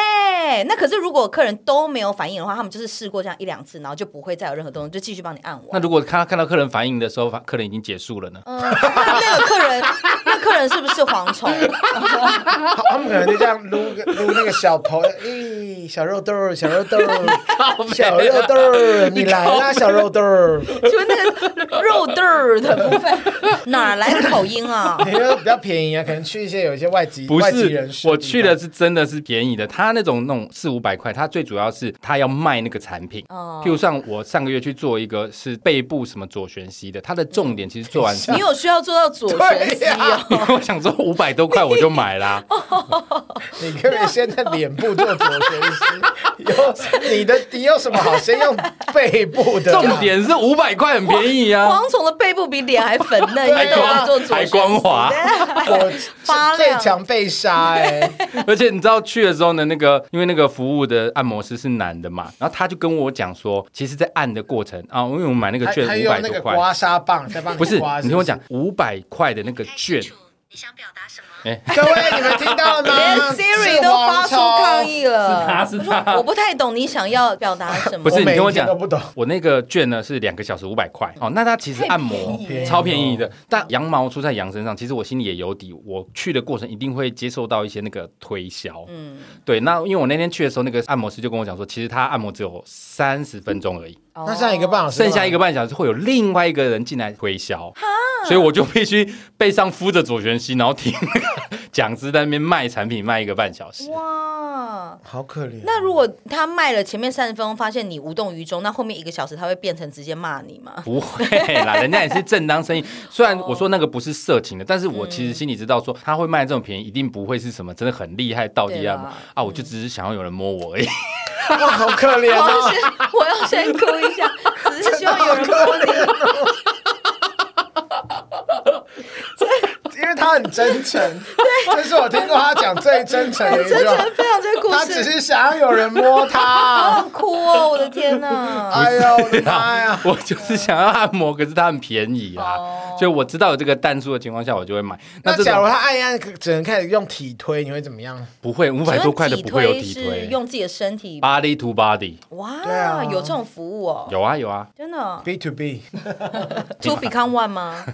Speaker 2: 那可是如果客人都没有反应的话，他们就是试过这样一两次，然后就不会再有任何动作，就继续帮你按
Speaker 1: 那
Speaker 2: 完。
Speaker 1: 如果看看到客人反应的时候，发客人已经结束了呢？
Speaker 2: 嗯，那那个客人，那客人是不是蝗虫？
Speaker 3: 好他们可能就这样撸个撸那个小头， 咦，小肉豆儿，小肉豆儿，小肉 豆儿，你来啦，小肉豆儿，
Speaker 2: 就那个肉豆儿的部分， 哪来的口音啊？
Speaker 3: 你就比较便宜啊，可能去一些有一些外籍
Speaker 1: 不
Speaker 3: 外籍人
Speaker 1: 是，
Speaker 3: 士地方，
Speaker 1: 我去的是真的是便宜的。他那种那种四五百块，他最主要是他要卖那个产品。
Speaker 2: 哦
Speaker 1: 譬如像我上个月去做一个是背部什么左旋膝的，它的重点其实做完是
Speaker 3: 嗯
Speaker 2: 你有需要做到左旋膝
Speaker 3: 对
Speaker 2: 哦？
Speaker 1: 因为我想说五
Speaker 3: 哦
Speaker 1: 百多块我就买啦，
Speaker 3: 你可不可以先在脸部做左旋膝？有你的 你有什么好先用背部的啊？
Speaker 1: 重点是五百块很便宜
Speaker 3: 哦
Speaker 1: 啊，
Speaker 2: 蝗虫的背部比脸还粉 嫩，因
Speaker 3: 还
Speaker 2: 为我
Speaker 3: 光
Speaker 2: 做左
Speaker 1: 还
Speaker 2: 旋
Speaker 1: 光滑
Speaker 2: 姿
Speaker 3: 我
Speaker 2: 发
Speaker 3: 最
Speaker 2: 亮
Speaker 3: 强被杀哎、
Speaker 1: 而且你知道去的时候呢，那个因为那个服务的按摩师是男的嘛，然后他就跟我讲说，其实，在按的过程啊，因为我们买那个
Speaker 3: 他
Speaker 1: 券
Speaker 3: 他
Speaker 1: 五百
Speaker 3: 用那
Speaker 1: 多
Speaker 3: 个
Speaker 1: 块，
Speaker 3: 刮痧棒在帮
Speaker 1: 不是
Speaker 3: 刮，
Speaker 1: 你听我讲，，五百块的那个券，
Speaker 4: 你想表达什么？
Speaker 3: 是不是各位你们听 到了
Speaker 2: 连
Speaker 3: 吗
Speaker 2: Siri 都发出抗，议
Speaker 1: 是他
Speaker 2: 了。
Speaker 1: 是他
Speaker 2: 我不太懂你想要表达什么。
Speaker 1: 不
Speaker 3: 是
Speaker 1: 是
Speaker 3: 蝗虫
Speaker 1: 你听我讲
Speaker 3: 每一天都不懂。
Speaker 1: 我那个券呢是两个小时五百块，哦，那它其实按摩
Speaker 2: 太便宜
Speaker 3: 了
Speaker 1: 超便宜的，但羊毛出在羊身上，其实我心里也有底，我去的过程一定会接受到一些那个推销，嗯，对，那因为我那天去的时候，那个按摩师就跟我讲说，其实他按摩只有三十分钟而已，
Speaker 2: 哦
Speaker 3: 那剩下一个半小时，
Speaker 1: 剩下一个。半小时会有另外一个人进来推销，所以我就必须背上敷着左旋西，然后听那个 讲师在那边卖产品卖一个半小时。
Speaker 2: 哇。
Speaker 3: 好可怜，
Speaker 2: 那如果他卖了前面三十分钟，发现你无动于衷，那后面一个小时他会变成直接骂你 吗？
Speaker 1: 不会啦，人家也是正当生意。虽然我说那个不是色情的，但是我其实心里知道，说他会卖这种便宜，一定不会是什么真的很厉害到底
Speaker 2: 对
Speaker 1: 啊
Speaker 2: 啦
Speaker 1: 啊！我就只是想要有人摸我而 已。
Speaker 3: 哇好可怜
Speaker 2: 我要
Speaker 3: 哦，
Speaker 2: 先，我要先哭 一下，只是希望有人摸你。
Speaker 3: 因为他很真诚，这是我听过他讲最真诚的一句
Speaker 2: 真
Speaker 3: 话
Speaker 2: 的。分享这个故
Speaker 3: 他只
Speaker 2: 事，
Speaker 3: 是想要有人摸
Speaker 2: 好
Speaker 3: 他，
Speaker 2: 想哭哦！我的 天哪！
Speaker 3: 哎呦我的妈呀！
Speaker 1: 我就是想要按摩，可是它很便宜啊，
Speaker 2: 哦
Speaker 1: 所以我知道有这个弹数的情况下，我就会买。
Speaker 3: 那
Speaker 1: 这
Speaker 3: 假如
Speaker 1: 种
Speaker 3: 他按一按，只能开始用体推，你会怎么样？
Speaker 1: 不会五百多块的不会有体
Speaker 2: 请问
Speaker 1: 推
Speaker 2: 是用自己的身体
Speaker 1: body to body
Speaker 3: 对啊
Speaker 2: 哇，有这种服务哦，
Speaker 1: 有啊有啊，
Speaker 2: 真的哦
Speaker 3: B to B，
Speaker 2: ，to become one 吗？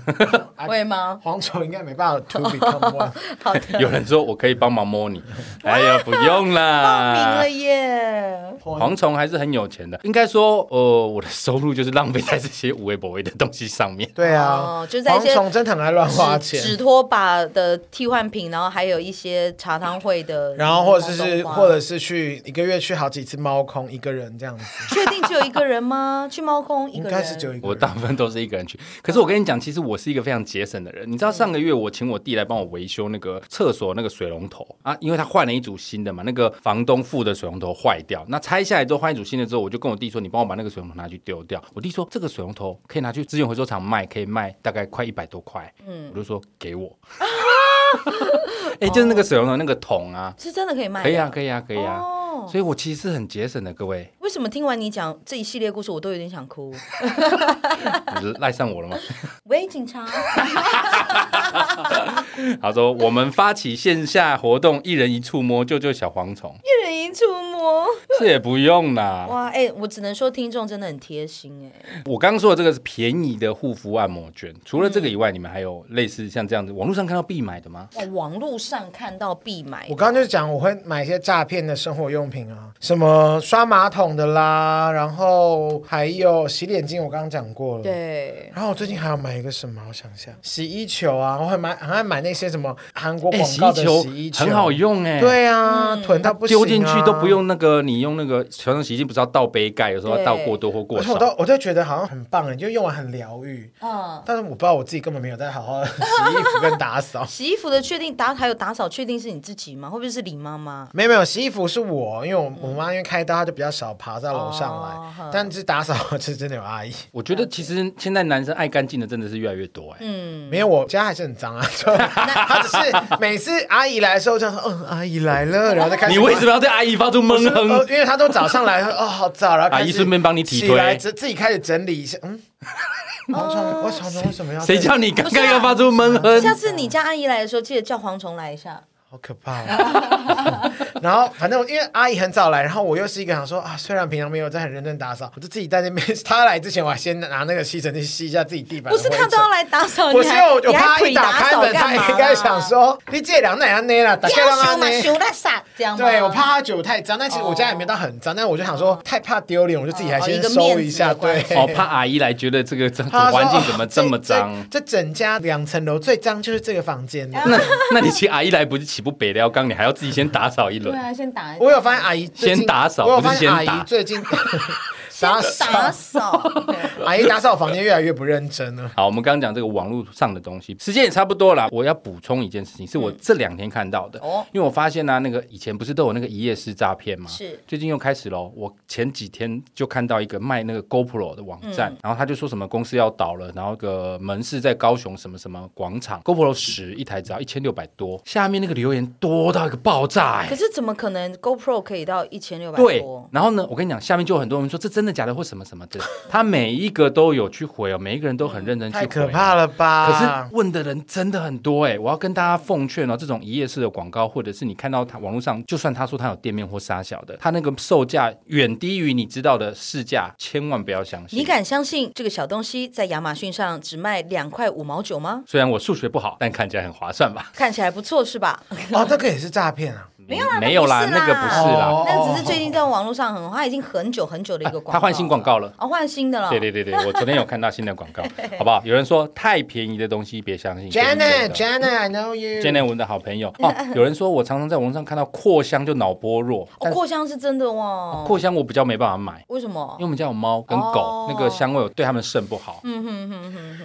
Speaker 2: 会吗？
Speaker 3: 蝗虫应该没办法 to become one。
Speaker 2: 好 的，
Speaker 1: 有人说我可以帮忙摸你，哎呀，不用
Speaker 3: 啊
Speaker 2: 报名
Speaker 1: 啦
Speaker 2: 了。耶！
Speaker 1: 蝗虫还是很有钱的，应该说，呃，我的收入就是浪费在这些无微不微的东西上面。
Speaker 3: 对啊
Speaker 2: 哦，就在一
Speaker 3: 蝗
Speaker 2: 些
Speaker 3: 虫真的很爱乱花钱
Speaker 2: 纸，纸拖把的替换品，然后还有一些茶汤会的，
Speaker 3: 然后或者是
Speaker 2: 花
Speaker 3: 或者是去一个月去好几次猫空，一个人这样子，
Speaker 2: 确定只有一个人 吗？去猫空一
Speaker 3: 应
Speaker 2: 个
Speaker 3: 该是只有
Speaker 2: 人，
Speaker 3: 一个人。
Speaker 1: 我大部分都是一个人去，可是我跟你讲，其实我是一个非常节省的人。你知道上个月我请我弟来帮我维修那个厕所那个水龙头啊，因为他换了一组新的嘛，那个房东付的水龙头坏掉，那拆下来之后换一组新的之后，我就跟我弟说，你帮我把那个水龙头拿去丢掉。我弟说这个水龙头可以拿去资源回收厂卖，可以卖大概快一百多块。嗯，我就说给我。 哎、就是那个水龙头那个桶啊，
Speaker 2: 是真的可以卖，
Speaker 1: 可以啊，，可以啊，可以啊。
Speaker 2: 哦
Speaker 1: 所以我其实是很节省的，各位
Speaker 2: 为什么听完你讲这一系列故事，我都有点想哭？
Speaker 1: 你是赖上我了吗？
Speaker 2: 喂，警察，
Speaker 1: 他说我们发起线下活动，一人一触摸，救救小蝗 虫，
Speaker 2: 一人一触摸，
Speaker 1: 这也不用啦。
Speaker 2: 哇，哎、我只能说听众真的很贴心、哎，
Speaker 1: 我刚刚说的这个是便宜的护肤按摩券，除了这个以外，你们还有类似像这样子网络上看到必买的吗？
Speaker 2: 哇，网络上看到必买
Speaker 3: 我，刚刚就是讲，我会买一些诈骗的生活用品啊，什么刷马桶的啦，然后还有洗脸巾，我刚刚讲过了。。
Speaker 2: 对，
Speaker 3: 然后我最近还要买一个什么？我想一下，洗衣球啊，我很买，很爱买那些什么韩国哦广告的
Speaker 1: 哎球
Speaker 3: 洗衣球，
Speaker 1: 很好。用哎、。
Speaker 3: 对啊，
Speaker 2: 嗯
Speaker 3: 囤到不行、啊，
Speaker 1: 丢进去都不。用那个，你用那个传统洗衣机不是要倒杯盖，有时候要
Speaker 2: 对
Speaker 1: 倒过多或过
Speaker 3: 而且我
Speaker 1: 少。
Speaker 3: 都我都觉得好像很棒，就用完很疗愈。
Speaker 2: 嗯，
Speaker 3: 但是我不知道我自己根本没有在 好好洗衣服跟打扫。
Speaker 2: 洗衣服的确定打还有打扫，确定是你自己吗？会不会是李妈妈？
Speaker 3: 没有没有，洗衣服是我，因为我我妈因为开刀，她就比较少爬到楼上
Speaker 2: 哦
Speaker 3: 来
Speaker 2: 哼。
Speaker 3: 但是打扫是真的有阿姨，
Speaker 1: 我觉得其实现在男生爱干净的真的是越来越多哎、
Speaker 3: 嗯没有我家还是很脏啊。 就她只是每次阿姨来的时候，就说嗯阿姨来 了，然后再开始。
Speaker 1: 你为什么要对阿姨发出闷
Speaker 3: 呃？
Speaker 1: 哼？
Speaker 3: 因为她都早上来，哦好早，然后开始哦
Speaker 1: 阿姨顺便帮你体推
Speaker 3: 起来自自己开始整理一下， 嗯。蝗虫，我虫虫为什么要？
Speaker 1: 谁叫
Speaker 3: 啊
Speaker 1: 你刚刚要发出闷
Speaker 3: 呃
Speaker 1: 哼？
Speaker 2: 下次你家阿姨来的时候，记得叫蝗虫来一下。
Speaker 3: 好可怕、哦！ 然后反正我因为阿姨很早来，然后我又是一个想说啊，虽然平常没有在很认真打扫，我就自己在那边。她来之前，我还先拿那个吸尘器吸一下自己地板。
Speaker 2: 不是他都要。来打扫，
Speaker 3: 不
Speaker 2: 你
Speaker 3: 是
Speaker 2: 还
Speaker 3: 呃我，我
Speaker 2: 你还
Speaker 3: 怕一
Speaker 2: pre
Speaker 3: 打
Speaker 2: 打
Speaker 3: 开
Speaker 2: 扫
Speaker 3: 门，
Speaker 2: 干
Speaker 3: 她
Speaker 2: 嘛啦？
Speaker 3: 应该想说：“你这两奶奶奶啦，打开让
Speaker 2: 要
Speaker 3: 她
Speaker 2: 修
Speaker 3: 呢
Speaker 2: 嘛。修那啥这样”吗？
Speaker 3: 对，我怕她觉得我太脏，但其实我家也没到很脏，但我就想说太怕丢脸，我就自己还先收一下。
Speaker 2: 哦哦一个面
Speaker 3: 对
Speaker 2: 子，
Speaker 1: 哦，怕阿姨来觉得这个这
Speaker 3: 她说
Speaker 1: 环境怎么这么
Speaker 3: 哦
Speaker 1: 脏？
Speaker 3: 这这这整家两层楼最脏就是这个房间。
Speaker 2: 嗯
Speaker 1: 那那 你请阿姨来不是岂不北撩缸？你还要自己先打扫一
Speaker 2: 对
Speaker 1: 轮，
Speaker 2: 啊，先打一下。
Speaker 3: 我有发现阿姨最近
Speaker 1: 先打扫
Speaker 3: 我有
Speaker 1: 不
Speaker 3: 发
Speaker 1: 是
Speaker 3: 现
Speaker 1: 先
Speaker 3: 阿
Speaker 1: 打
Speaker 3: 姨最近
Speaker 2: 先
Speaker 3: 打扫
Speaker 2: 打扫，对
Speaker 3: 阿姨打扫房间越来越不认真了。
Speaker 1: 好，我们刚刚讲这个网络上的东西，时间也差不多了。我要补充一件事情，是我这两天看到的，
Speaker 2: 哦
Speaker 1: 因为我发现呢、啊，那个以前不是都有那个一夜式诈骗吗？
Speaker 2: 是
Speaker 1: 最近又开始喽。我前几天就看到一个卖那个 GoPro 的网站，然后他就说什么公司要倒了，然后个门市在高雄什么什么广场，GoPro 十一台只要一千六百多，下面那个留言多到一个爆炸、欸
Speaker 2: 可，是怎么可能 GoPro 可以到一千六百
Speaker 1: 对
Speaker 2: 多，？
Speaker 1: 然后呢，我跟你讲，下面就有很多人说这真的假的或什么什么 的，他每一个都有去回哦，每一个人都很认真去回，哦
Speaker 3: 太可怕了
Speaker 1: 可是
Speaker 3: 吧！
Speaker 1: 问的人真的很多哎、我要跟大家奉劝哦，这种一页式的广告，或者是你看到他网络上，就算他说他有店面或杀小的，他那个售价远低于你知道的市价，千万不要相信。
Speaker 2: 你？敢相信这个小东西在亚马逊上只卖两块五毛九吗？
Speaker 1: 虽然我数学不好，但看起来很划算吧？
Speaker 2: 看起来不错是吧？
Speaker 3: 哦，这个也是诈骗啊！
Speaker 1: 没
Speaker 2: 有啦
Speaker 1: 没有啦，
Speaker 2: 那
Speaker 1: 那
Speaker 2: 不
Speaker 1: 个
Speaker 2: 是
Speaker 1: 不
Speaker 2: 啦
Speaker 1: 是啦，
Speaker 3: 哦
Speaker 2: 那只是最近在网络上很，它已经很久很久的一个广告了，
Speaker 1: 他换新广告了。
Speaker 2: 哦，换新的了，
Speaker 1: 对对对对，我昨天有看到新的广 告，好不好？有人说太便宜的东西别相信。便宜的
Speaker 3: Janet，Janet，I know you。
Speaker 1: Janet 文的好朋友哦，有人说我常常在网络上看到扩香就脑波弱，
Speaker 2: 哦，
Speaker 1: 但是
Speaker 2: 扩香是真的
Speaker 3: 哦
Speaker 2: 哇，
Speaker 1: 扩香我比较没办法买。
Speaker 2: 为什么
Speaker 1: 因为？我们家有猫跟狗，
Speaker 2: 哦
Speaker 1: 那个香味对它们肾不好。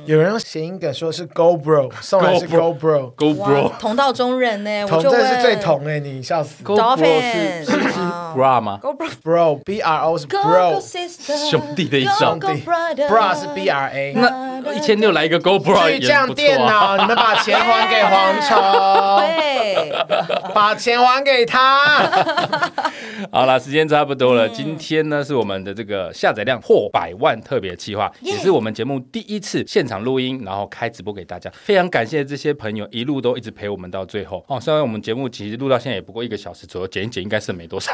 Speaker 3: 有人谐音梗说是 Go Bro，送来是 Go Bro，
Speaker 1: Go
Speaker 2: 哇
Speaker 1: Bro。
Speaker 2: 同道中人呢，我
Speaker 3: 同
Speaker 2: 就
Speaker 3: 这是
Speaker 2: 问
Speaker 3: 最同哎，你笑死。
Speaker 1: Go Bro 是
Speaker 2: Dolphin，
Speaker 1: 是是
Speaker 2: 啊
Speaker 1: bra 吗？
Speaker 2: Go bro
Speaker 3: Bro B R O 是
Speaker 2: Go
Speaker 3: Bro，
Speaker 2: sister，
Speaker 1: 兄弟的一种。
Speaker 3: 兄弟
Speaker 2: Go brother
Speaker 3: ，Bra 是 B R A。
Speaker 1: 那一千六来一个 Go Bro
Speaker 3: 巨
Speaker 1: 也很
Speaker 3: 匠
Speaker 1: 不
Speaker 3: 电
Speaker 1: 错啊。
Speaker 3: 脑，你们把钱还给蝗
Speaker 2: 对，
Speaker 3: 虫，把钱还给他。
Speaker 1: 好了，时间差不多了。今天呢是我们的这个下载量破百万特别企划，
Speaker 2: 耶
Speaker 1: 也是我们节目第一次现场录音，然后开直播给大家。非常感谢这些朋友一路都一直陪我们到最后哦。虽然我们节目其实录到现在也不过一个小时左右，剪一剪应该剩没多少。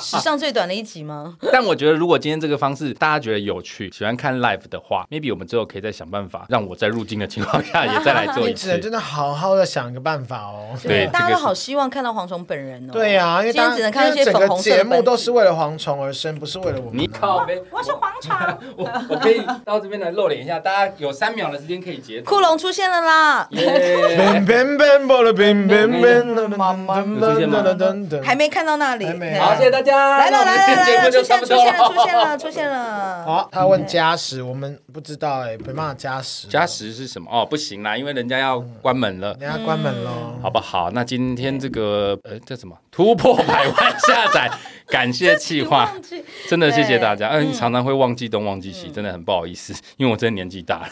Speaker 2: 史上最短的一集吗？
Speaker 1: 但我觉得，如果今天这个方式大家觉得有趣，喜欢看 live 的话，maybe 我们之后可以再想办法，让我在入境的情况下也再来做
Speaker 3: 你
Speaker 1: 一
Speaker 3: 只能
Speaker 1: 次
Speaker 3: 真。的好好的想个办法哦。
Speaker 1: 对
Speaker 2: 大
Speaker 1: 这
Speaker 2: 家
Speaker 1: 个
Speaker 2: 都
Speaker 1: 是
Speaker 2: 好希望看到黄虫本人哦。
Speaker 3: 对呀、因为
Speaker 2: 今天
Speaker 3: 大家
Speaker 2: 只能看到一些
Speaker 3: 因为整
Speaker 2: 粉
Speaker 3: 个
Speaker 2: 红色的
Speaker 3: 节目
Speaker 2: 本
Speaker 3: 都
Speaker 2: 体
Speaker 3: 是为了蝗虫而生，不是为了我们。
Speaker 1: 你靠呗，
Speaker 2: 我是蝗虫，
Speaker 1: 我我可以到这边来露脸一下，大家有三秒的时间可以截图。
Speaker 2: 库龙出现了啦，
Speaker 1: 耶！
Speaker 3: Ben ben ben 了 ben ben ben 了
Speaker 1: 有出现吗
Speaker 2: 还没看到那里。
Speaker 3: 还没
Speaker 2: 对
Speaker 1: 好，谢谢大家。
Speaker 2: 来了
Speaker 1: 那我
Speaker 2: 来
Speaker 1: 们
Speaker 2: 了
Speaker 1: 今天
Speaker 2: 来
Speaker 1: 节目就
Speaker 2: 了，出
Speaker 1: 差
Speaker 2: 现
Speaker 1: 不
Speaker 2: 出
Speaker 1: 多
Speaker 2: 现了
Speaker 1: 了
Speaker 2: 出现了出现了。
Speaker 3: 好，他问加时，我们不知道哎、没办法加时，
Speaker 1: 加时是什么？哦，不行啦，因为人家要关门了。
Speaker 3: 人家关门喽。
Speaker 1: 好不好？那今天这个呃叫什么突破百万下载，感谢企划，
Speaker 2: 忘记
Speaker 1: 真的谢谢大家。嗯，常常会忘记东忘记西，真的很不好意思，因为我真的年纪大了，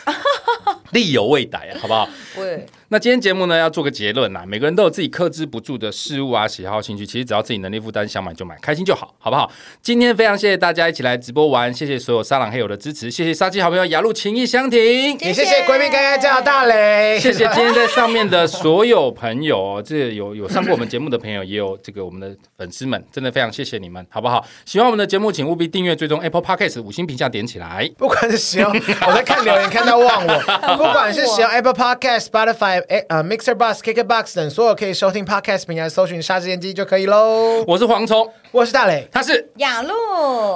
Speaker 1: 力有未逮啊，好不好？
Speaker 2: 对，
Speaker 1: 那今天节目呢，要做个结论啊啦。每个人都有自己克制不住的事物啊、喜好、兴趣，其实只要自己能力负担，想买就买，开心就好，好不好？今天非常谢谢大家一起来直播玩，谢谢所有沙朗黑友的支持，谢谢杀鸡好朋友雅露情意相挺。
Speaker 3: 也谢谢闺蜜刚刚叫大雷，
Speaker 1: 谢 谢今天在上面的所有朋友哦，这有有上过我们节目的朋友，也有这个我们的粉丝们，真的非常谢谢你们，好不好？喜欢我们的节目，请务必订阅、追踪 Apple Podcast，五星评价点起来。
Speaker 3: 不管是使用，我在看留言看到忘我，不管是使用 Apple Podcast、Spotify、哎呃 Mixer Box、KKBox 等所有可以收听 Podcast 平台，搜寻“杀时间机”就可以喽。
Speaker 1: 我是蝗虫，
Speaker 3: 我是大雷，
Speaker 1: 他是，
Speaker 2: 雅露，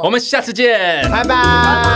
Speaker 1: 我们下次见。
Speaker 3: 拜拜。